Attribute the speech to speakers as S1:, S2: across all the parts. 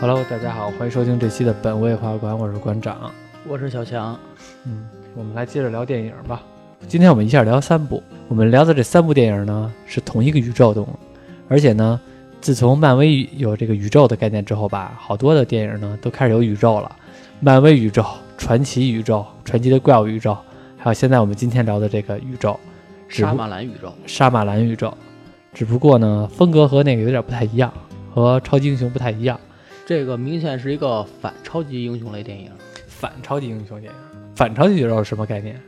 S1: Hello，大家好，欢迎收听这期的本位画馆，我是馆长。
S2: 我是小强，
S1: 嗯，我们来接着聊电影吧。今天我们一下聊三部，我们聊的这三部电影呢是同一个宇宙中，而且呢，自从漫威有这个宇宙的概念之后吧，好多的电影呢都开始有宇宙了，漫威宇宙、传奇宇宙、传奇的怪物宇宙，还有现在我们今天聊的这个宇宙，只
S2: 沙
S1: 不
S2: 马兰宇宙，
S1: 沙马兰宇宙，只不过呢风格和那个有点不太一样，和超级英雄不太一样，
S2: 这个明显是一个反超级英雄类电影，
S1: 反超级英雄电影。反超级宇宙是什么概念？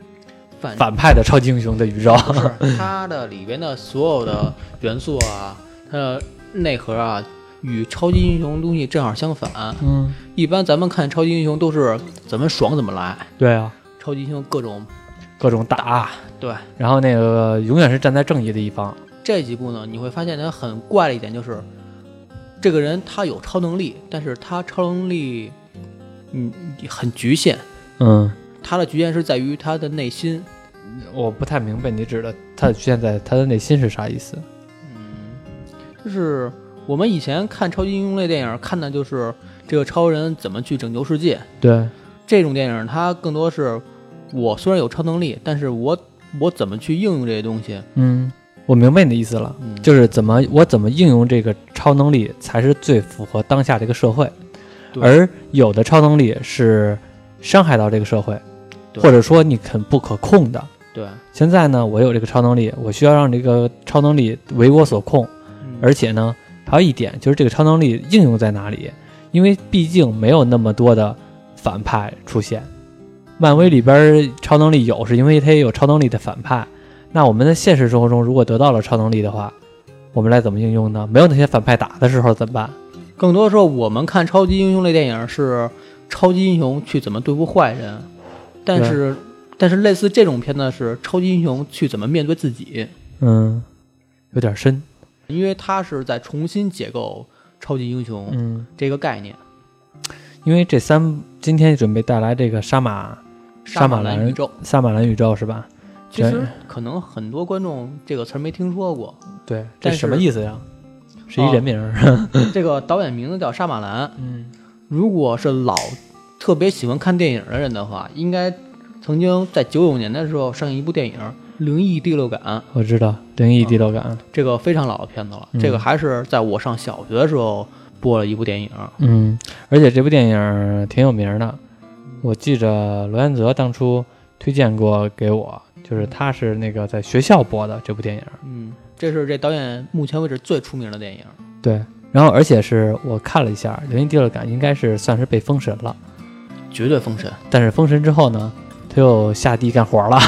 S2: 反
S1: 反派的超级英雄的宇宙。
S2: 不是它的里边的所有的元素啊，它的内核啊，与超级英雄东西正好相反。
S1: 嗯，
S2: 一般咱们看超级英雄都是怎么爽怎么来，
S1: 对啊，
S2: 超级英雄各种
S1: 各种打，
S2: 对。
S1: 然后那个永远是站在正义的一方。
S2: 这几部呢，你会发现它很怪的一点就是，这个人他有超能力，但是他超能力，嗯，很局限。
S1: 嗯，
S2: 他的局限是在于他的内心，
S1: 我不太明白你指的他的局限在他的内心是啥意思？
S2: 嗯，就是我们以前看超级英雄类电影，看的就是这个超人怎么去拯救世界。
S1: 对，
S2: 这种电影它更多是，我虽然有超能力，但是我我怎么去应用这些东西？
S1: 嗯，我明白你的意思了，
S2: 嗯，
S1: 就是怎么我怎么应用这个超能力才是最符合当下这个社会，
S2: 对
S1: 而有的超能力是伤害到这个社会，
S2: 对
S1: 或者说你很不可控的。
S2: 对，
S1: 现在呢，我有这个超能力，我需要让这个超能力为我所控，
S2: 嗯
S1: 而且呢，还有一点就是这个超能力应用在哪里？因为毕竟没有那么多的反派出现。漫威里边儿超能力有，是因为它也有超能力的反派。那我们在现实生活中，如果得到了超能力的话，我们来怎么应用呢？没有那些反派打的时候怎么办？
S2: 更多时候我们看超级英雄类电影是超级英雄去怎么对付坏人，但是但是类似这种片子是超级英雄去怎么面对自己，
S1: 嗯，有点深。
S2: 因为它是在重新解构超级英雄
S1: 嗯，
S2: 这个概念。
S1: 因为这三今天准备带来这个杀马
S2: 沙
S1: 马
S2: 兰
S1: 兰
S2: 宇宙，
S1: 杀马兰宇宙是吧？
S2: 其
S1: 全
S2: 实可能很多观众这个词儿没听说过，
S1: 对，这
S2: 但是
S1: 什么意思呀？是一
S2: 哦
S1: 人名儿。
S2: 这个导演名字叫沙马兰。
S1: 嗯
S2: 如果是老特别喜欢看电影的人的话，应该曾经在九九年的时候上映一部电影《灵异第六感》，
S1: 我知道灵异第六感。
S2: 这个非常老的片子了。
S1: 嗯
S2: 这个还是在我上小学的时候播了一部电影。
S1: 嗯，而且这部电影挺有名的，我记着罗彦泽当初推荐过给我，就是他是那个在学校播的这部电影，
S2: 嗯，这是这导演目前为止最出名的电影。
S1: 对。然后，而且是我看了一下，《灵异第六感》应该是算是被封神了，
S2: 绝对封神，
S1: 但是封神之后呢，他又下地干活 了，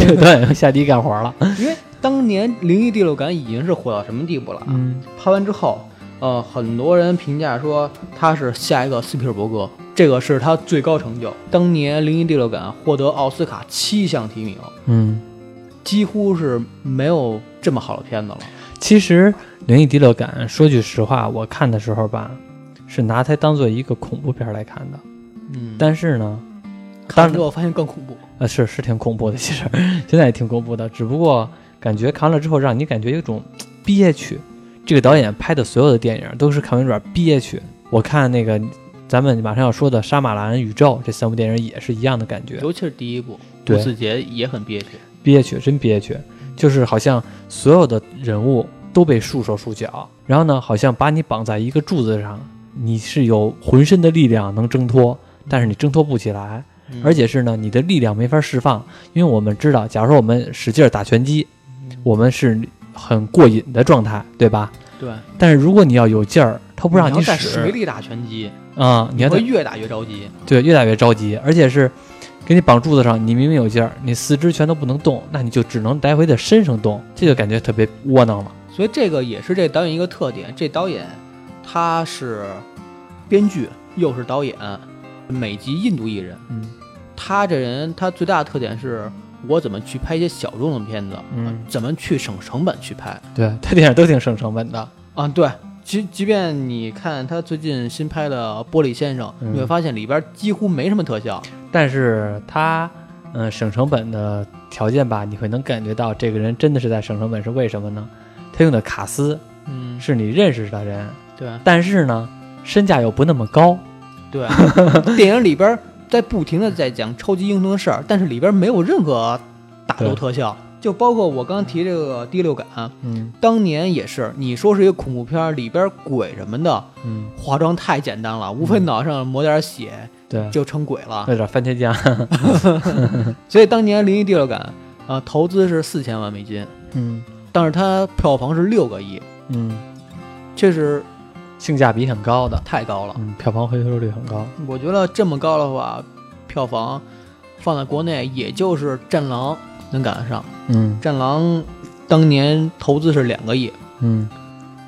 S1: 这个导演又下地干活了。
S2: 因为当年《灵异第六感》已经是火到什么地步了啊？
S1: 嗯，
S2: 拍完之后，呃，很多人评价说他是下一个斯皮尔伯格，这个是他最高成就。当年《零一第六感》获得奥斯卡七项提名，
S1: 嗯，
S2: 几乎是没有这么好的片子了。
S1: 其实《灵异第六感》，说句实话，我看的时候吧，是拿它当做一个恐怖片来看的，
S2: 嗯，
S1: 但是呢，
S2: 看
S1: 当
S2: 完之后发现更恐怖。
S1: 啊，是是挺恐怖的，其实现在也挺恐怖的，只不过感觉看完了之后，让你感觉有一种憋屈。这个导演拍的所有的电影都是看完有点憋屈。我看那个咱们马上要说的《杀马兰宇宙》这三部电影也是一样的感觉，
S2: 尤其是第一部，
S1: 对
S2: 吴子杰也很憋屈。
S1: 憋屈，真憋屈，就是好像所有的人物都被束手束脚，然后呢，好像把你绑在一个柱子上，你是有浑身的力量能挣脱，但是你挣脱不起来。
S2: 嗯
S1: 而且是呢，你的力量没法释放，因为我们知道，假如说我们使劲儿打拳击，我们是很过瘾的状态，对吧？
S2: 对，
S1: 但是如果你要有劲儿，他不让
S2: 要在
S1: 使
S2: 水里打拳击，
S1: 啊、你要
S2: 会
S1: 在
S2: 越打越着急。
S1: 对越打越着急，而且是给你绑柱子上，你明明有劲儿，你四肢全都不能动，那你就只能来回的身上动，这就感觉特别窝囊了。
S2: 所以这个也是这导演一个特点。这导演他是编剧又是导演，美籍印度艺人。
S1: 嗯
S2: 他这人他最大的特点是我怎么去拍一些小众的片子，
S1: 嗯，
S2: 怎么去省成本去拍
S1: 对 他电影都挺省成本的。
S2: 啊？对，即即便你看他最近新拍的《玻璃先生》，
S1: 嗯
S2: 你会发现里边几乎没什么特效。
S1: 但是他，嗯、省成本的条件吧，你会能感觉到这个人真的是在省成本，是为什么呢？他用的卡斯
S2: 嗯，
S1: 是你认识的人，
S2: 对，
S1: 但是呢，身价又不那么高，
S2: 对， 电影里边儿在不停的在讲超级英雄的事儿，但是里边儿没有任何打斗
S1: 对
S2: 特效，就包括我刚刚提这个第六感，
S1: 嗯
S2: 当年也是，你说是一个恐怖片儿，里边儿鬼什么的
S1: 嗯，
S2: 化妆太简单了，无非脑上抹点血
S1: 对，
S2: 就成鬼了。
S1: 有点番茄酱，
S2: 所以当年《灵异第六感》啊、投资是四千万美金，
S1: 嗯
S2: 但是它票房是六个亿，
S1: 嗯，
S2: 这是
S1: 性价比很高的，
S2: 太高了。
S1: 嗯，票房回收率很高，
S2: 我觉得这么高的话，票房放在国内也就是《战狼》能赶得上，
S1: 嗯
S2: 《战狼》当年投资是两个亿，
S1: 嗯，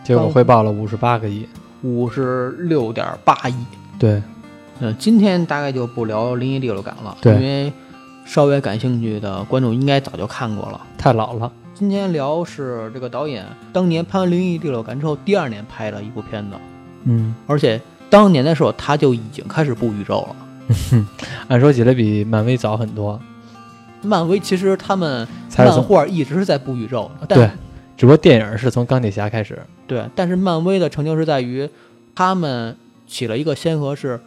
S1: 结果汇报了五十八个亿，
S2: 五十六点八亿。
S1: 对，
S2: 嗯，今天大概就不聊《灵异第六感》了，
S1: 对
S2: 因为稍微感兴趣的观众应该早就看过了。
S1: 太老了，
S2: 今天聊是这个导演当年拍完《灵异第六感》之后，第二年拍的一部片子，
S1: 嗯，
S2: 而且当年的时候他就已经开始布宇宙了。
S1: 按说起来比漫威早很多，
S2: 漫威其实他们
S1: 才是
S2: 漫
S1: 从
S2: 画一直是在布宇宙，但
S1: 对，只不过电影是从钢铁侠开始，
S2: 对，但是漫威的成就是在于他们起了一个先河是，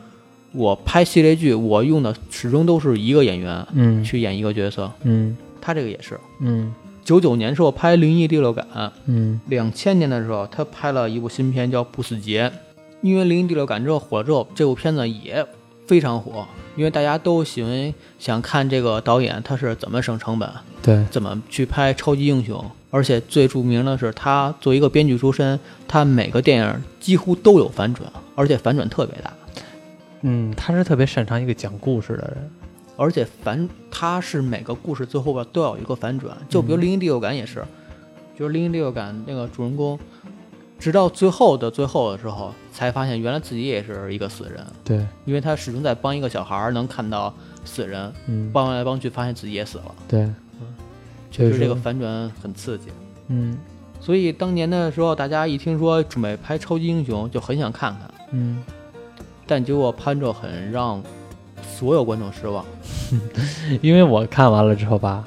S2: 我拍系列剧，我用的始终都是一个演员
S1: 嗯
S2: 去演一个角色，
S1: 嗯
S2: 他这个也是。
S1: 嗯
S2: 九九年时候拍《灵异第六感》，
S1: 嗯
S2: 两千年的时候他拍了一部新片叫《不死劫》，因为《灵异第六感》之后火了之后，这部片子也非常火，因为大家都喜欢想看这个导演他是怎么省成本，
S1: 对，
S2: 怎么去拍超级英雄，而且最著名的是，他作为一个编剧出身，他每个电影几乎都有反转，而且反转特别大，
S1: 嗯，他是特别擅长一个讲故事的人，
S2: 而且反他是每个故事最后边都要有一个反转，就
S1: 嗯
S2: 比如《灵异第六感》也是，就是《灵异第六感》那个主人公，直到最后的最后的时候，才发现原来自己也是一个死人，
S1: 对，
S2: 因为他始终在帮一个小孩儿能看到死人，
S1: 嗯
S2: 帮来帮去发现自己也死了，
S1: 对，嗯确
S2: 就是
S1: 实
S2: 这个反转很刺激。
S1: 嗯
S2: 所以当年的时候，大家一听说准备拍超级英雄，就很想看看，
S1: 嗯，
S2: 但结果潘着很让所有观众失望。
S1: 因为我看完了之后吧，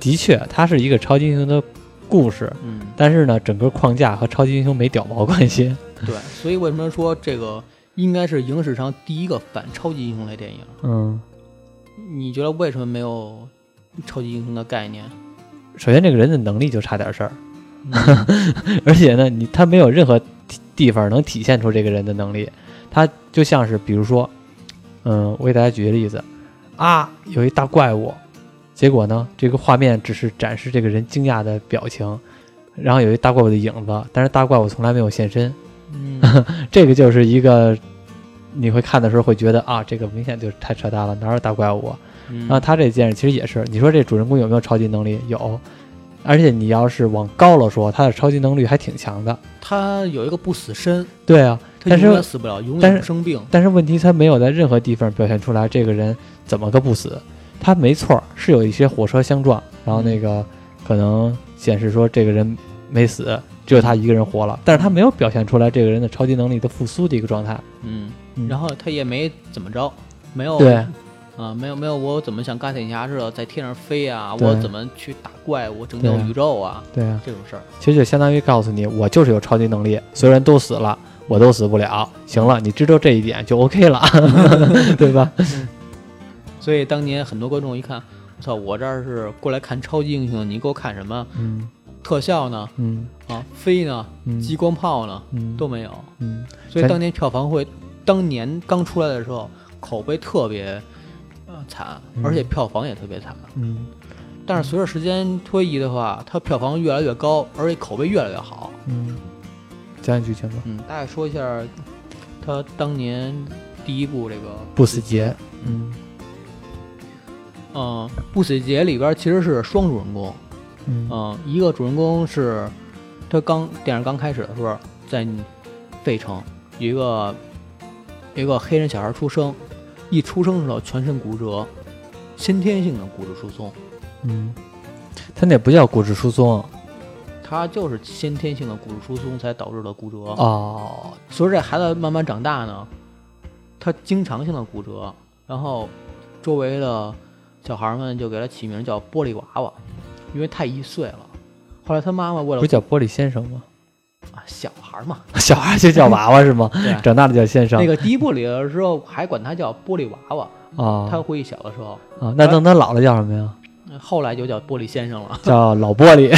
S1: 的确，它是一个超级英雄的故事，
S2: 嗯，
S1: 但是呢，整个框架和超级英雄没屌毛关系。
S2: 对，所以为什么说这个应该是影史上第一个反超级英雄类电影？
S1: 嗯，
S2: 你觉得为什么没有超级英雄的 概念？
S1: 首先这个人的能力就差点事儿，
S2: 嗯
S1: 而且呢，你他没有任何体地方能体现出这个人的能力，他就像是比如说，嗯，我给大家举个例子，啊，有一大怪物，结果呢，这个画面只是展示这个人惊讶的表情，然后有一大怪物的影子，但是大怪物从来没有现身，
S2: 嗯，
S1: 这个就是一个你会看的时候会觉得啊，这个明显就太扯淡了，哪有大怪物啊？
S2: 嗯
S1: 然后他这件事其实也是，你说这主人公有没有超级能力？有，嗯而且你要是往高了说，他的超级能力还挺强的。
S2: 他有一个不死身，
S1: 对啊，
S2: 他
S1: 但是
S2: 永远死不了，永
S1: 但
S2: 远
S1: 是
S2: 不生病。
S1: 但是问题他没有在任何地方表现出来这个人怎么个不死。他没错儿是有一些火车相撞，然后那个可能显示说这个人没死，只有他一个人活了，但是他没有表现出来这个人的超级能力的复苏的一个状态。
S2: 嗯，
S1: 嗯
S2: 然后他也没怎么着，没有
S1: 对，
S2: 啊，没有没有，我怎么像钢铁侠似的在天上飞啊？
S1: 对
S2: 我怎么去打怪物、拯救
S1: 对啊
S2: 宇宙啊？
S1: 对啊。
S2: 这种事儿，
S1: 其实就相当于告诉你，我就是有超级能力，所有人都死了，我都死不了。行了，你知道这一点就 OK 了， 对吧？
S2: 所以当年很多观众一看，我操，我这儿是过来看超级英雄，你给我看什么
S1: 嗯
S2: 特效呢？
S1: 嗯
S2: 啊，飞呢，
S1: 嗯
S2: 激光炮呢，
S1: 嗯
S2: 都没有。
S1: 嗯，
S2: 所以
S1: 咱
S2: 当年票房会，当年刚出来的时候，口碑特别呃惨，
S1: 嗯
S2: 而且票房也特别惨。
S1: 嗯
S2: 但是随着时间推移的话，它票房越来越高，而且口碑越来越好。
S1: 嗯，讲讲剧情吧。
S2: 嗯，大概说一下他当年第一部这个
S1: 不死劫，嗯
S2: 嗯，《不死劫》里边其实是双主人公，
S1: 嗯
S2: 嗯，一个主人公是他刚电影刚开始的时候，在费城有一个有一个黑人小孩出生，一出生的时候全身骨折，先天性的骨质疏松，
S1: 嗯，他那不叫骨质疏松
S2: 他就是先天性的骨质疏松才导致的骨折。
S1: 哦，
S2: 随着这孩子慢慢长大呢，他经常性的骨折，然后周围的小孩们就给他起名叫玻璃娃娃，因为太易碎了。后来他妈妈为了
S1: 不是叫玻璃先生吗？
S2: 嘛，小孩嘛，
S1: 小孩就叫娃娃是吗？
S2: 对
S1: 长大了叫先生
S2: 那个第一部里的时候还管他叫玻璃娃娃，
S1: 啊
S2: 他回忆小的时候，
S1: 啊！那等他老了叫什么呀？
S2: 后来就叫玻璃先 生了，
S1: 叫老玻璃，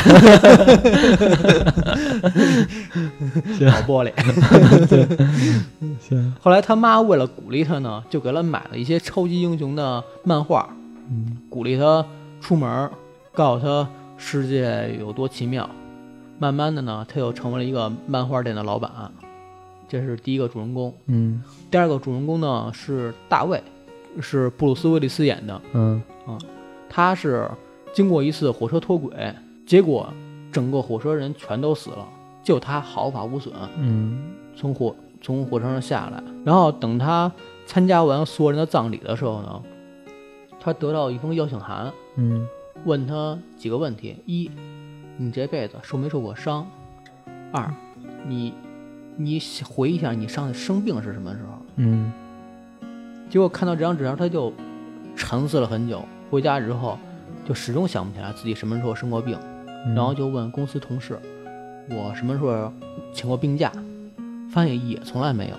S2: 老玻璃。
S1: 行，
S2: 后来他妈为了鼓励他呢，就给他买了一些超级英雄的漫画，
S1: 嗯
S2: 鼓励他出门儿，告诉他世界有多奇妙。慢慢的呢，他又成为了一个漫画店的老板，这是第一个主人公。
S1: 嗯
S2: 第二个主人公呢是大卫，是布鲁斯威利斯演的。
S1: 嗯
S2: 他是经过一次火车脱轨，结果整个火车人全都死了，就他毫发无损
S1: 嗯
S2: 从火从火车上下来。然后等他参加完所有人的葬礼的时候呢，他得到一封邀请函，
S1: 嗯
S2: 问他几个问题：一，你这辈子受没受过伤？二，你你回忆一下你上次生病是什么时候？
S1: 嗯
S2: 结果看到这张纸条，他就沉思了很久。回家之后，就始终想不起来自己什么时候生过病，
S1: 嗯，
S2: 然后就问公司同事：“我什么时候请过病假？”发现也从来没有。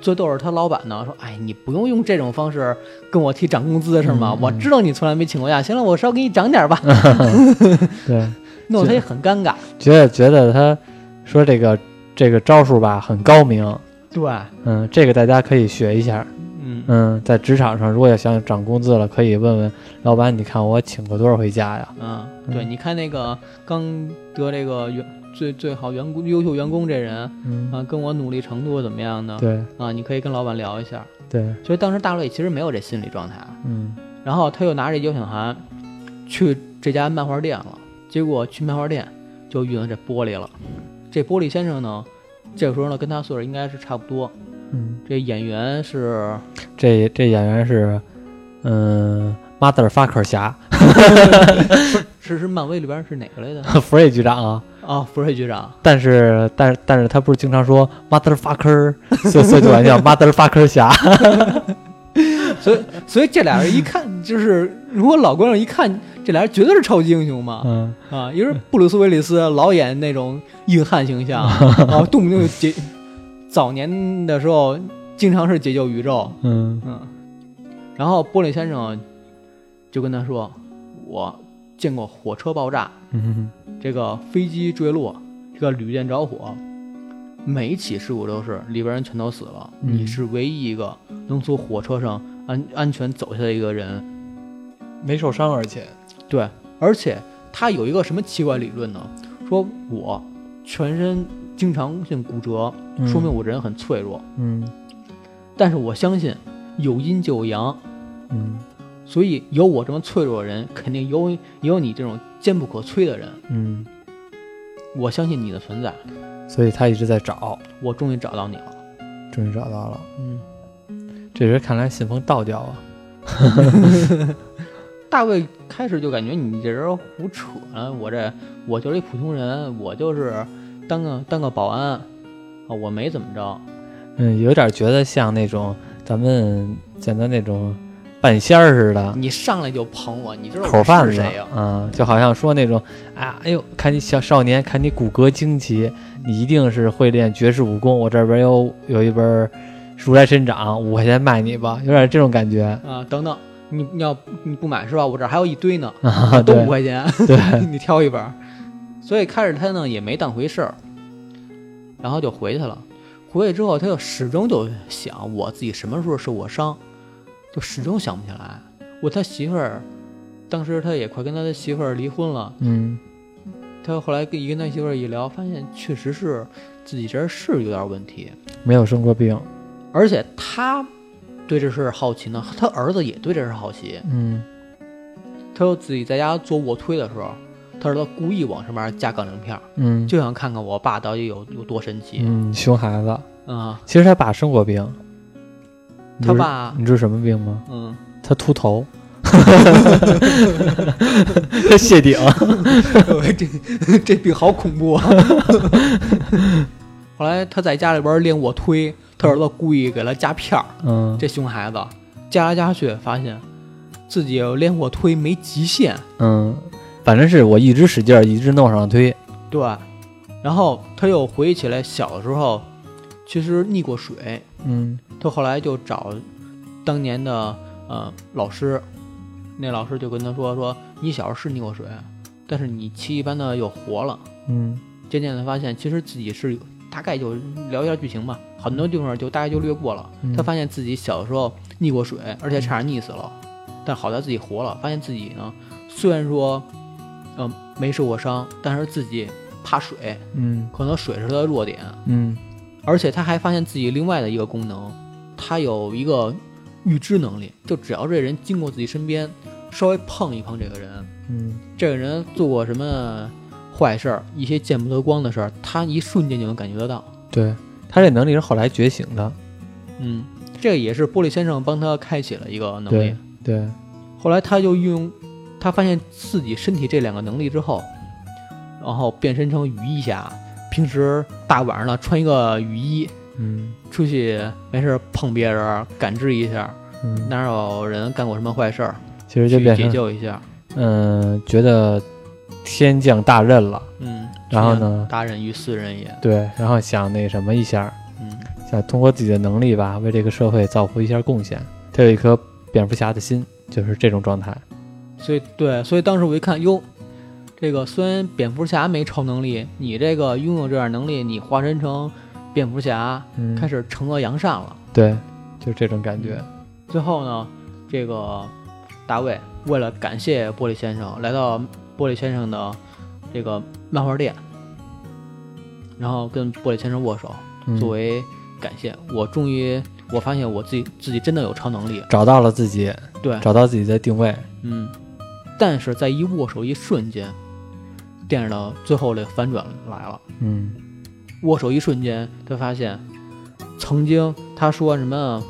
S2: 最逗是他老板呢说：“哎，你不用用这种方式跟我提涨工资是吗？
S1: 嗯嗯嗯
S2: 我知道你从来没请过假，行了，我稍微给你涨点吧。
S1: 对，
S2: 弄得他也很尴尬。
S1: 觉得觉得他说这个这个招数吧很高明，
S2: 对，
S1: 嗯，这个大家可以学一下。
S2: 嗯，
S1: 嗯，在职场上，如果要想涨工资了，可以问问老板，你看我请过多少回假呀？
S2: 嗯，对，你看那个刚得这个员最最好员工优秀员工这人
S1: 嗯，
S2: 啊，跟我努力程度怎么样呢？
S1: 对
S2: 啊，你可以跟老板聊一下。
S1: 对，
S2: 所以当时大卫其实没有这心理状态啊，
S1: 嗯
S2: 然后他又拿着邀请函去这家漫画店了，结果去漫画店就遇到这玻璃了。这玻璃先生呢，这个时候呢跟他岁数应该是差不多，
S1: 嗯，
S2: 这演员是
S1: 这这演员是，嗯，motherfucker 侠，
S2: 是是漫威里边是哪个来的
S1: 福瑞局长啊。
S2: 啊？福瑞局长。
S1: 但是，但是，但是他不是经常说 motherfucker，所以所以就管 他叫 motherfucker 侠。
S2: 所以， 所以这俩人一看就是，如果老观众一看，这俩人绝对是超级英雄嘛
S1: 嗯，
S2: 啊！一个是布鲁斯威利斯老演那种硬汉形象 啊，动不动就解，早年的时候经常是解救宇宙，
S1: 嗯
S2: 嗯。然后玻璃先生就跟他说：“我见过火车爆炸，
S1: 嗯
S2: 这个飞机坠落，这个旅店着火，每一起事故都是里边人全都死了，
S1: 嗯
S2: 你是唯一一个能从火车上安安全走下来一个人。
S1: 没受伤，而且，
S2: 对，而且他有一个什么奇怪理论呢？说我全身经常性骨折，
S1: 嗯
S2: 说明我人很脆弱，
S1: 嗯
S2: 但是我相信有阴就有阳。
S1: 嗯
S2: 所以有我这么脆弱的人，肯定有也有你这种坚不可摧的人。
S1: 嗯，
S2: 我相信你的存在，
S1: 所以他一直在找，
S2: 我终于找到你了。
S1: 终于找到了。
S2: 嗯，
S1: 这人看来信奉道教啊。
S2: 大卫开始就感觉你这人胡扯呢，我这我就是一普通人，我就是当个当个保安啊，我没怎么着。
S1: 嗯，有点觉得像那种咱们简单那种半仙儿似的
S2: 你上来就捧我，你知道
S1: 口
S2: 我
S1: 贩
S2: 是
S1: 子，
S2: 谁呀、
S1: 嗯，就好像说那种啊，哎呦，看你小少年，看你骨骼惊奇，你一定是会练绝世武功，我这边有有一本《如来神掌》，五块钱卖你吧，有点这种感觉
S2: 啊？等等，你你要你不买是吧？我这儿还有一堆呢，
S1: 啊，
S2: 都五
S1: 对
S2: 块钱。
S1: 对，
S2: 你挑一本儿。所以开始他呢也没当回事儿，然后就回去了。回去之后，他就始终就想我自己什么时候受过伤，就始终想不起来。我他媳妇儿，当时他也快跟他的媳妇儿离婚了。
S1: 嗯
S2: 他后来跟一跟他媳妇儿一聊，发现确实是自己这儿是有点问题，
S1: 没有生过病，
S2: 而且他对这事儿好奇呢，他儿子也对这事儿好奇。
S1: 嗯
S2: 他说自己在家做卧推的时候，他儿子故意往上面加杠铃片儿，
S1: 嗯
S2: 就想看看我爸到底有有多神奇
S1: 嗯，熊孩子，
S2: 啊、
S1: 其实他爸生过病，你
S2: 他
S1: 知
S2: 爸，
S1: 你知道什么病吗？
S2: 嗯，
S1: 他秃 头，谢顶。
S2: 这这病好恐怖啊！ 后来他在家里边练卧推，他儿子故意给他加片儿。
S1: 嗯，
S2: 这熊孩子加来加去，发现自己练卧推没极限，
S1: 嗯，反正是我一直使劲儿，一直弄往上推。
S2: 对，然后他又回忆起来小的时候，其实溺过水，
S1: 嗯
S2: 他后来就找当年的呃老师，那老师就跟他说说你小时候是溺过水，但是你奇迹般的又活了。
S1: 嗯
S2: 渐渐的发现，其实自己是大概就聊一下剧情吧，很多地方就大概就略过了。
S1: 嗯
S2: 他发现自己小时候溺过水，而且差点溺死了，但好在自己活了。发现自己呢，虽然说，呃，没受过伤，但是自己怕水，
S1: 嗯
S2: 可能水是他的弱点。
S1: 嗯
S2: 而且他还发现自己另外的一个功能，他有一个预知能力，就只要这人经过自己身边，稍微碰一碰这个人，
S1: 嗯
S2: 这个人做过什么坏事儿，一些见不得光的事儿，他一瞬间就能感觉得到。
S1: 对他这能力是后来觉醒的，
S2: 嗯，这也是玻璃先生帮他开启了一个能力
S1: 对。对，
S2: 后来他就运用，他发现自己身体这两个能力之后，然后变身成雨衣侠，平时大晚上了穿一个雨衣
S1: 嗯
S2: 出去没事儿碰别人，感知一下
S1: 嗯，
S2: 哪有人干过什么坏事儿，
S1: 其实就
S2: 去
S1: 变
S2: 解
S1: 成
S2: 救一下。
S1: 嗯、觉得天降大任了，
S2: 嗯，
S1: 然后呢
S2: 大人于斯人也。
S1: 对，然后想那什么一下，
S2: 嗯，
S1: 想通过自己的能力吧，为这个社会造福一下贡献。他有一颗蝙蝠侠的心，就是这种状态。
S2: 所以对，所以当时我一看，哟，这个虽然蝙蝠侠没超能力，你这个拥有这点能力，你化身成蝙蝠侠，
S1: 嗯
S2: 开始惩恶扬善了。
S1: 对，就是这种感觉。
S2: 最后呢，这个大卫为了感谢玻璃先生，来到玻璃先生的这个漫画店，然后跟玻璃先生握手，
S1: 嗯
S2: 作为感谢，我终于我发现我自己自己真的有超能力。
S1: 找到了自己，
S2: 对，
S1: 找到自己的定位。
S2: 嗯，但是在一握手一瞬间，电影的最后这个反转来了。
S1: 嗯
S2: 握手一瞬间，他发现曾经他说什么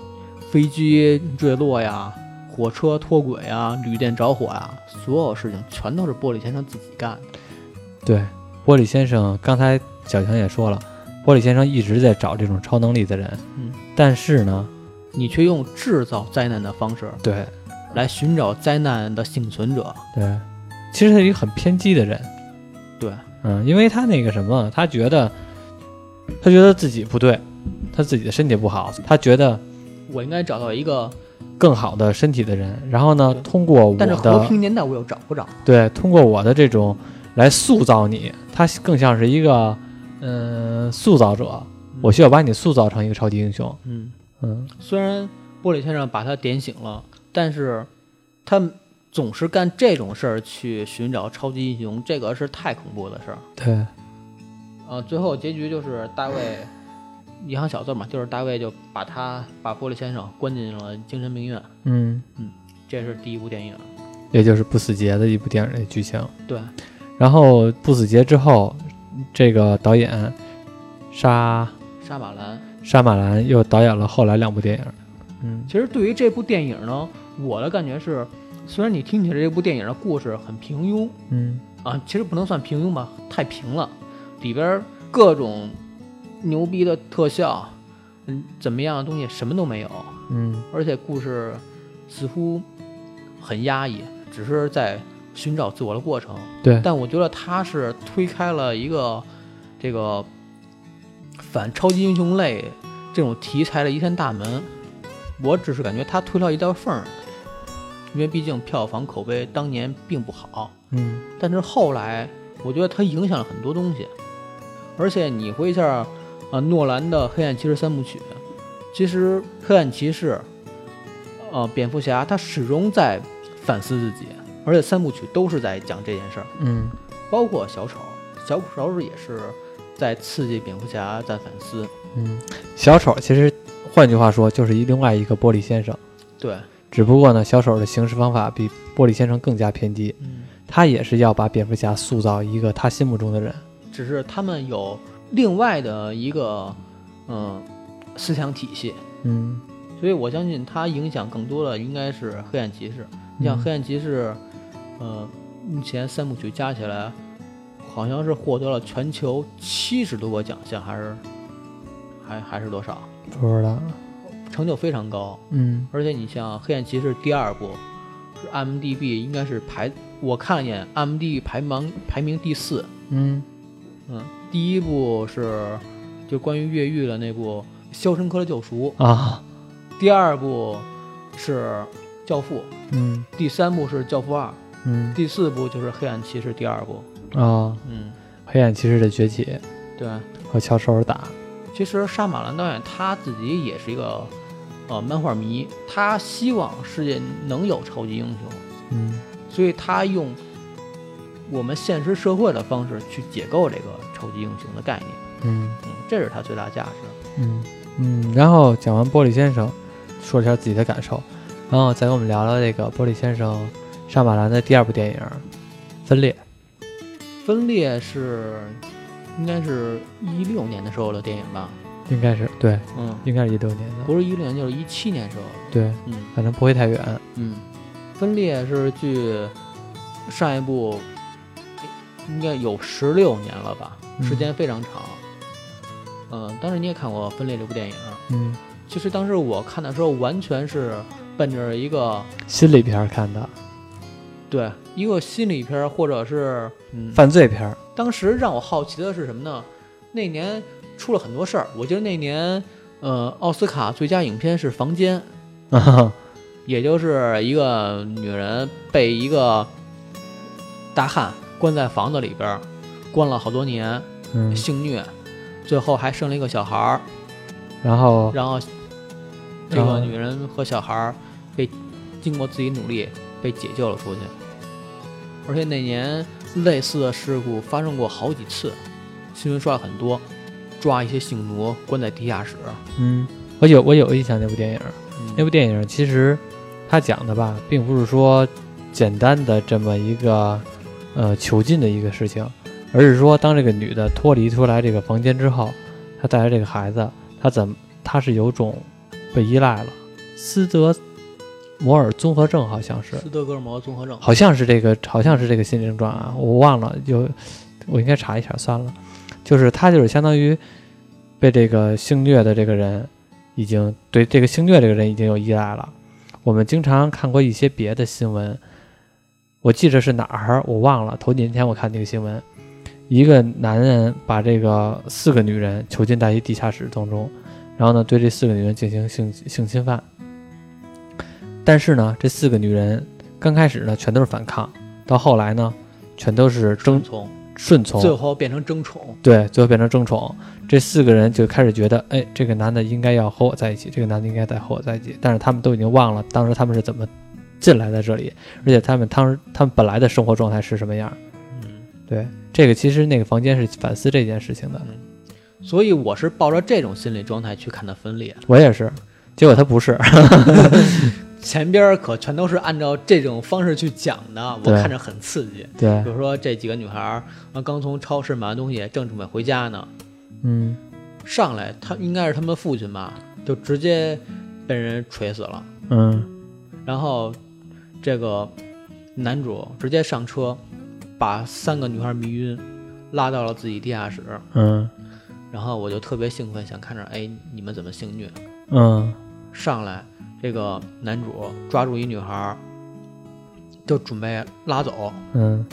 S2: 飞机坠落呀、火车脱轨呀、旅店着火呀，所有事情全都是玻璃先生自己干的。，
S1: 对，玻璃先生刚才小强也说了，玻璃先生一直在找这种超能力的人。
S2: 嗯，
S1: 但是呢，
S2: 你却用制造灾难的方式
S1: 对
S2: 来寻找灾难的幸存者。
S1: 对，其实他是一个很偏激的人。
S2: 对，
S1: 嗯，因为他那个什么，他觉得他觉得自己不对，他自己的身体不好，他觉得
S2: 我应该找到一个，
S1: 更好的身体的人。然后呢
S2: 对，
S1: 通过我
S2: 但是和
S1: 的
S2: 平年代我又找不着。
S1: 对，通过我的这种来塑造你，他更像是一个嗯、呃塑造者。我需要把你塑造成一个超级英雄。
S2: 嗯。
S1: 嗯，
S2: 虽然玻璃先生把他点醒了，但是他总是干这种事儿去寻找超级英雄，这个是太恐怖的事儿。
S1: 对，
S2: 呃，最后结局就是大卫，一行小字嘛，就是大卫就把他把玻璃先生关进了精神病院，
S1: 嗯，
S2: 这是第一部电影。
S1: 也就是不死劫的一部电影的剧情。
S2: 对，
S1: 然后不死劫之后，这个导演沙
S2: 沙马兰。
S1: 沙马兰又导演了后来两部电影。嗯
S2: 其实对于这部电影呢，我的感觉是，虽然你听起来这部电影的故事很平庸，
S1: 嗯
S2: 啊，其实不能算平庸吧，太平了。里边儿各种牛逼的特效，嗯，怎么样的东西什么都没有，
S1: 嗯，
S2: 而且故事似乎很压抑，只是在寻找自我的过程。
S1: 对
S2: 但我觉得他是推开了一个这个反超级英雄类这种题材的一扇大门。我只是感觉他推到一道缝儿，因为毕竟票房口碑当年并不好。
S1: 嗯
S2: 但是后来我觉得它影响了很多东西，而且你回一下，呃，诺兰的《黑暗骑士》三部曲，其实《黑暗骑士》，呃，蝙蝠侠他始终在反思自己，而且三部曲都是在讲这件事儿，
S1: 嗯，
S2: 包括小丑，小丑也是在刺激蝙蝠侠在反思，
S1: 嗯，小丑其实换句话说就是一另外一个玻璃先生，
S2: 对，
S1: 只不过呢，小丑的行事方法比玻璃先生更加偏激，
S2: 嗯，
S1: 他也是要把蝙蝠侠塑造一个他心目中的人。
S2: 只是他们有另外的一个，嗯、思想体系，
S1: 嗯
S2: 所以我相信它影响更多的应该是黑暗骑士。你像
S1: 嗯
S2: 黑暗骑士，呃，目前三部曲加起来，好像是获得了全球七十多个奖项，还是还还是多少，
S1: 不知道。
S2: 成就非常高。
S1: 嗯
S2: 而且你像黑暗骑士第二部，是 IMDB 应该是排，我看了一眼 IMDB 排名排名第四，
S1: 嗯
S2: 嗯，第一部是就关于越狱的那部《肖申克的救赎
S1: 啊，》，
S2: 第二部是《教父》，
S1: 嗯
S2: 第三部是《教父二》，
S1: 嗯
S2: 第四部就是《黑暗骑士》第二部。
S1: 啊，
S2: 嗯，
S1: 黑暗骑士的崛起
S2: 对。
S1: 和敲手尔打，
S2: 其实杀马兰导演他自己也是一个呃漫画迷，他希望世界能有超级英雄，
S1: 嗯
S2: 所以他用我们现实社会的方式去解构这个超级英雄的概念，
S1: 嗯
S2: 嗯，这是他最大价值。
S1: 嗯嗯。然后讲完玻璃先生，说一下自己的感受，然后再跟我们聊聊这个玻璃先生上马兰的第二部电影《分裂》。
S2: 分裂是应该是一六年的时候的电影吧，
S1: 应该是对，
S2: 嗯，
S1: 应该是一六年的，
S2: 不是一六年就是一七年时候，
S1: 对，
S2: 嗯
S1: 反正不会太远。
S2: 嗯，分裂是距上一部应该有十六年了吧，
S1: 嗯
S2: 时间非常长。嗯、当时你也看过《分裂》这部电影，啊
S1: 嗯，
S2: 其实当时我看的时候，完全是奔着一个
S1: 心理片儿看的，
S2: 对一个心理片儿，或者是嗯，
S1: 犯罪片儿，
S2: 当时让我好奇的是什么呢？那年出了很多事儿，我记得那年呃，奥斯卡最佳影片是《房间》，
S1: 啊，
S2: 也就是一个女人被一个大汉关在房子里边儿，关了好多年，
S1: 嗯，
S2: 性虐，最后还生了一个小孩儿，
S1: 然后
S2: 然后这
S1: 然后
S2: 个女人和小孩儿被经过自己努力被解救了出去，而且那年类似的事故发生过好几次，新闻刷了很多，抓一些性奴关在地下室，
S1: 嗯，我有我有印象那部电影，
S2: 嗯
S1: 那部电影其实它讲的吧，并不是说简单的这么一个呃囚禁的一个事情，而是说当这个女的脱离出来这个房间之后，她带来这个孩子，她怎么她是有种被依赖了，斯德摩尔综合症好像是，
S2: 斯德哥尔摩综合症，
S1: 好像是这个，好像是这个心理症状啊，我忘了，有我应该查一下，算了。就是他就是相当于被这个性虐的这个人已经对这个性虐这个人已经有依赖了。我们经常看过一些别的新闻，我记着是哪儿我忘了，头几年前我看那个新闻，一个男人把这个四个女人囚禁在一地下室当中，然后呢对这四个女人进行性性侵犯。但是呢，这四个女人刚开始呢全都是反抗，到后来呢全都是争
S2: 从
S1: 顺从，
S2: 最后变成争宠，
S1: 对，最后变成争宠。这四个人就开始觉得，哎，这个男的应该要和我在一起，这个男的应该得和我在一起。但是他们都已经忘了当时他们是怎么进来在这里，而且他们当时他们本来的生活状态是什么样。
S2: 嗯。
S1: 对，这个其实那个房间是反思这件事情的。
S2: 所以我是抱着这种心理状态去看的分裂，
S1: 我也是，结果他不是。
S2: 前边儿可全都是按照这种方式去讲的，我
S1: 对
S2: 看着很刺激。
S1: 对
S2: 比，如说这几个女孩儿啊，刚从超市买完东西，正准备回家呢，
S1: 嗯，
S2: 上来她应该是他们父亲吧，就直接被人锤死了。
S1: 嗯，
S2: 然后这个男主直接上车，把三个女孩迷晕，拉到了自己地下室。
S1: 嗯，
S2: 然后我就特别兴奋，想看着哎你们怎么性虐。
S1: 嗯，
S2: 上来，这个男主抓住一女孩儿，就准备拉走。
S1: 嗯，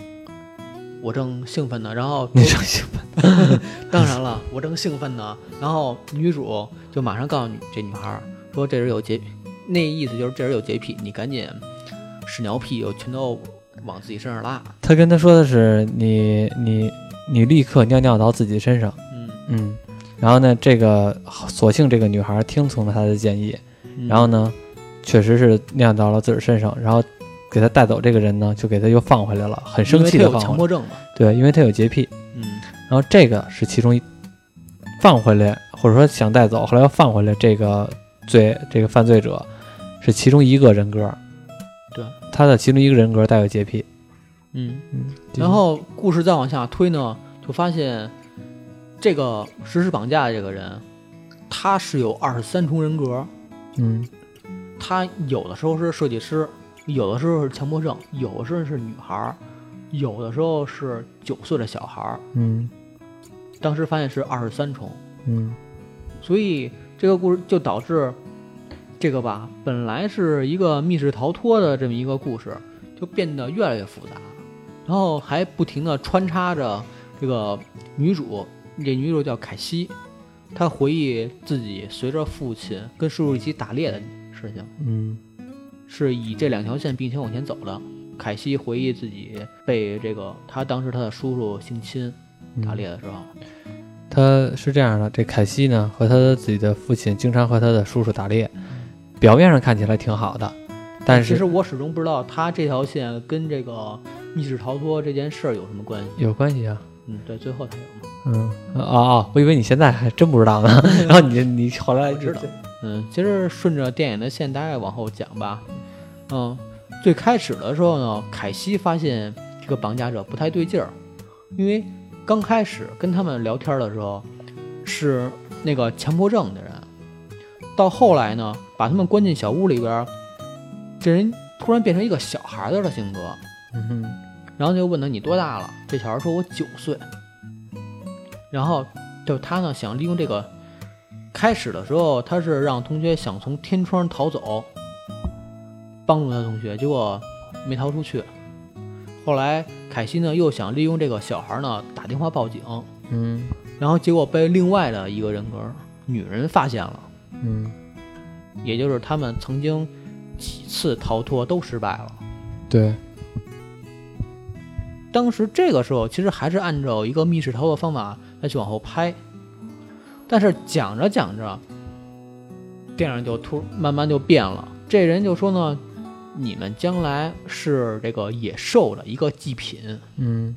S2: 我正兴奋呢，然后
S1: 你这兴奋？
S2: 当然了，我正兴奋呢，然后女主就马上告诉你这女孩儿说这人有洁，那意思就是这人有洁癖，你赶紧屎尿屁就全都往自己身上拉。
S1: 他跟他说的是你你你立刻尿尿到自己身上。
S2: 嗯，
S1: 嗯，然后呢，这个索性这个女孩听从了他的建议，
S2: 嗯
S1: 然后？呢，确实是酿到了自个儿身上，然后给他带走这个人呢，就给他又放回来了，很
S2: 因
S1: 生
S2: 为
S1: 气
S2: 他
S1: 的
S2: 有
S1: 放
S2: 强
S1: 回来。
S2: 迫症嘛。
S1: 对，因为他有洁癖，
S2: 嗯
S1: 然后这个是其中一放回来，或者说想带走，后来又放回来这个罪这个犯罪者是其中一个人格，
S2: 对，
S1: 他的其中一个人格带有洁癖，
S2: 嗯。
S1: 嗯，
S2: 然后故事再往下推呢，就发现这个实施绑架的这个人，他是有二十三重人格，
S1: 嗯
S2: 他有的时候是设计师，有的时候是强迫症，有的时候是女孩儿，有的时候是九岁的小孩儿。
S1: 嗯
S2: 当时发现是二十三重，
S1: 嗯
S2: 所以这个故事就导致这个吧，本来是一个密室逃脱的这么一个故事，就变得越来越复杂，然后还不停的穿插着这个女主这女主叫凯西，她回忆自己随着父亲跟叔叔一起打猎的事情，
S1: 嗯
S2: 是以这两条线并且往前走的。凯西回忆自己被这个她当时她的叔叔性侵
S1: 嗯
S2: 打猎的时候，
S1: 他是这样的，这凯西呢和他的自己的父亲经常和他的叔叔打猎，表面上看起来挺好的，但
S2: 嗯其实
S1: 是
S2: 我始终不知道她这条线跟这个密室逃脱这件事儿有什么关系。
S1: 有关系啊。
S2: 嗯，对，最后才有嘛。
S1: 嗯，哦哦，我以为你现在还真不知道 呢。 然后你你后来
S2: 我知道嗯，其实顺着电影的线大概往后讲吧。嗯，最开始的时候呢，凯西发现这个绑架者不太对劲儿，因为刚开始跟他们聊天的时候是那个强迫症的人，到后来呢，把他们关进小屋里边儿，这人突然变成一个小孩子的性格，
S1: 嗯哼
S2: 然后就问他你多大了？这小孩说我九岁。然后就是他呢想利用这个，开始的时候他是让同学想从天窗逃走，帮助他同学，结果没逃出去。后来凯西呢又想利用这个小孩呢打电话报警，
S1: 嗯
S2: 然后结果被另外的一个人格女人发现了，
S1: 嗯，
S2: 也就是他们曾经几次逃脱都失败了。
S1: 对，
S2: 当时这个时候其实还是按照一个密室逃脱方法再去往后拍，但是讲着讲着，电影就突慢慢就变了。这人就说呢，你们将来是这个野兽的一个祭品，
S1: 嗯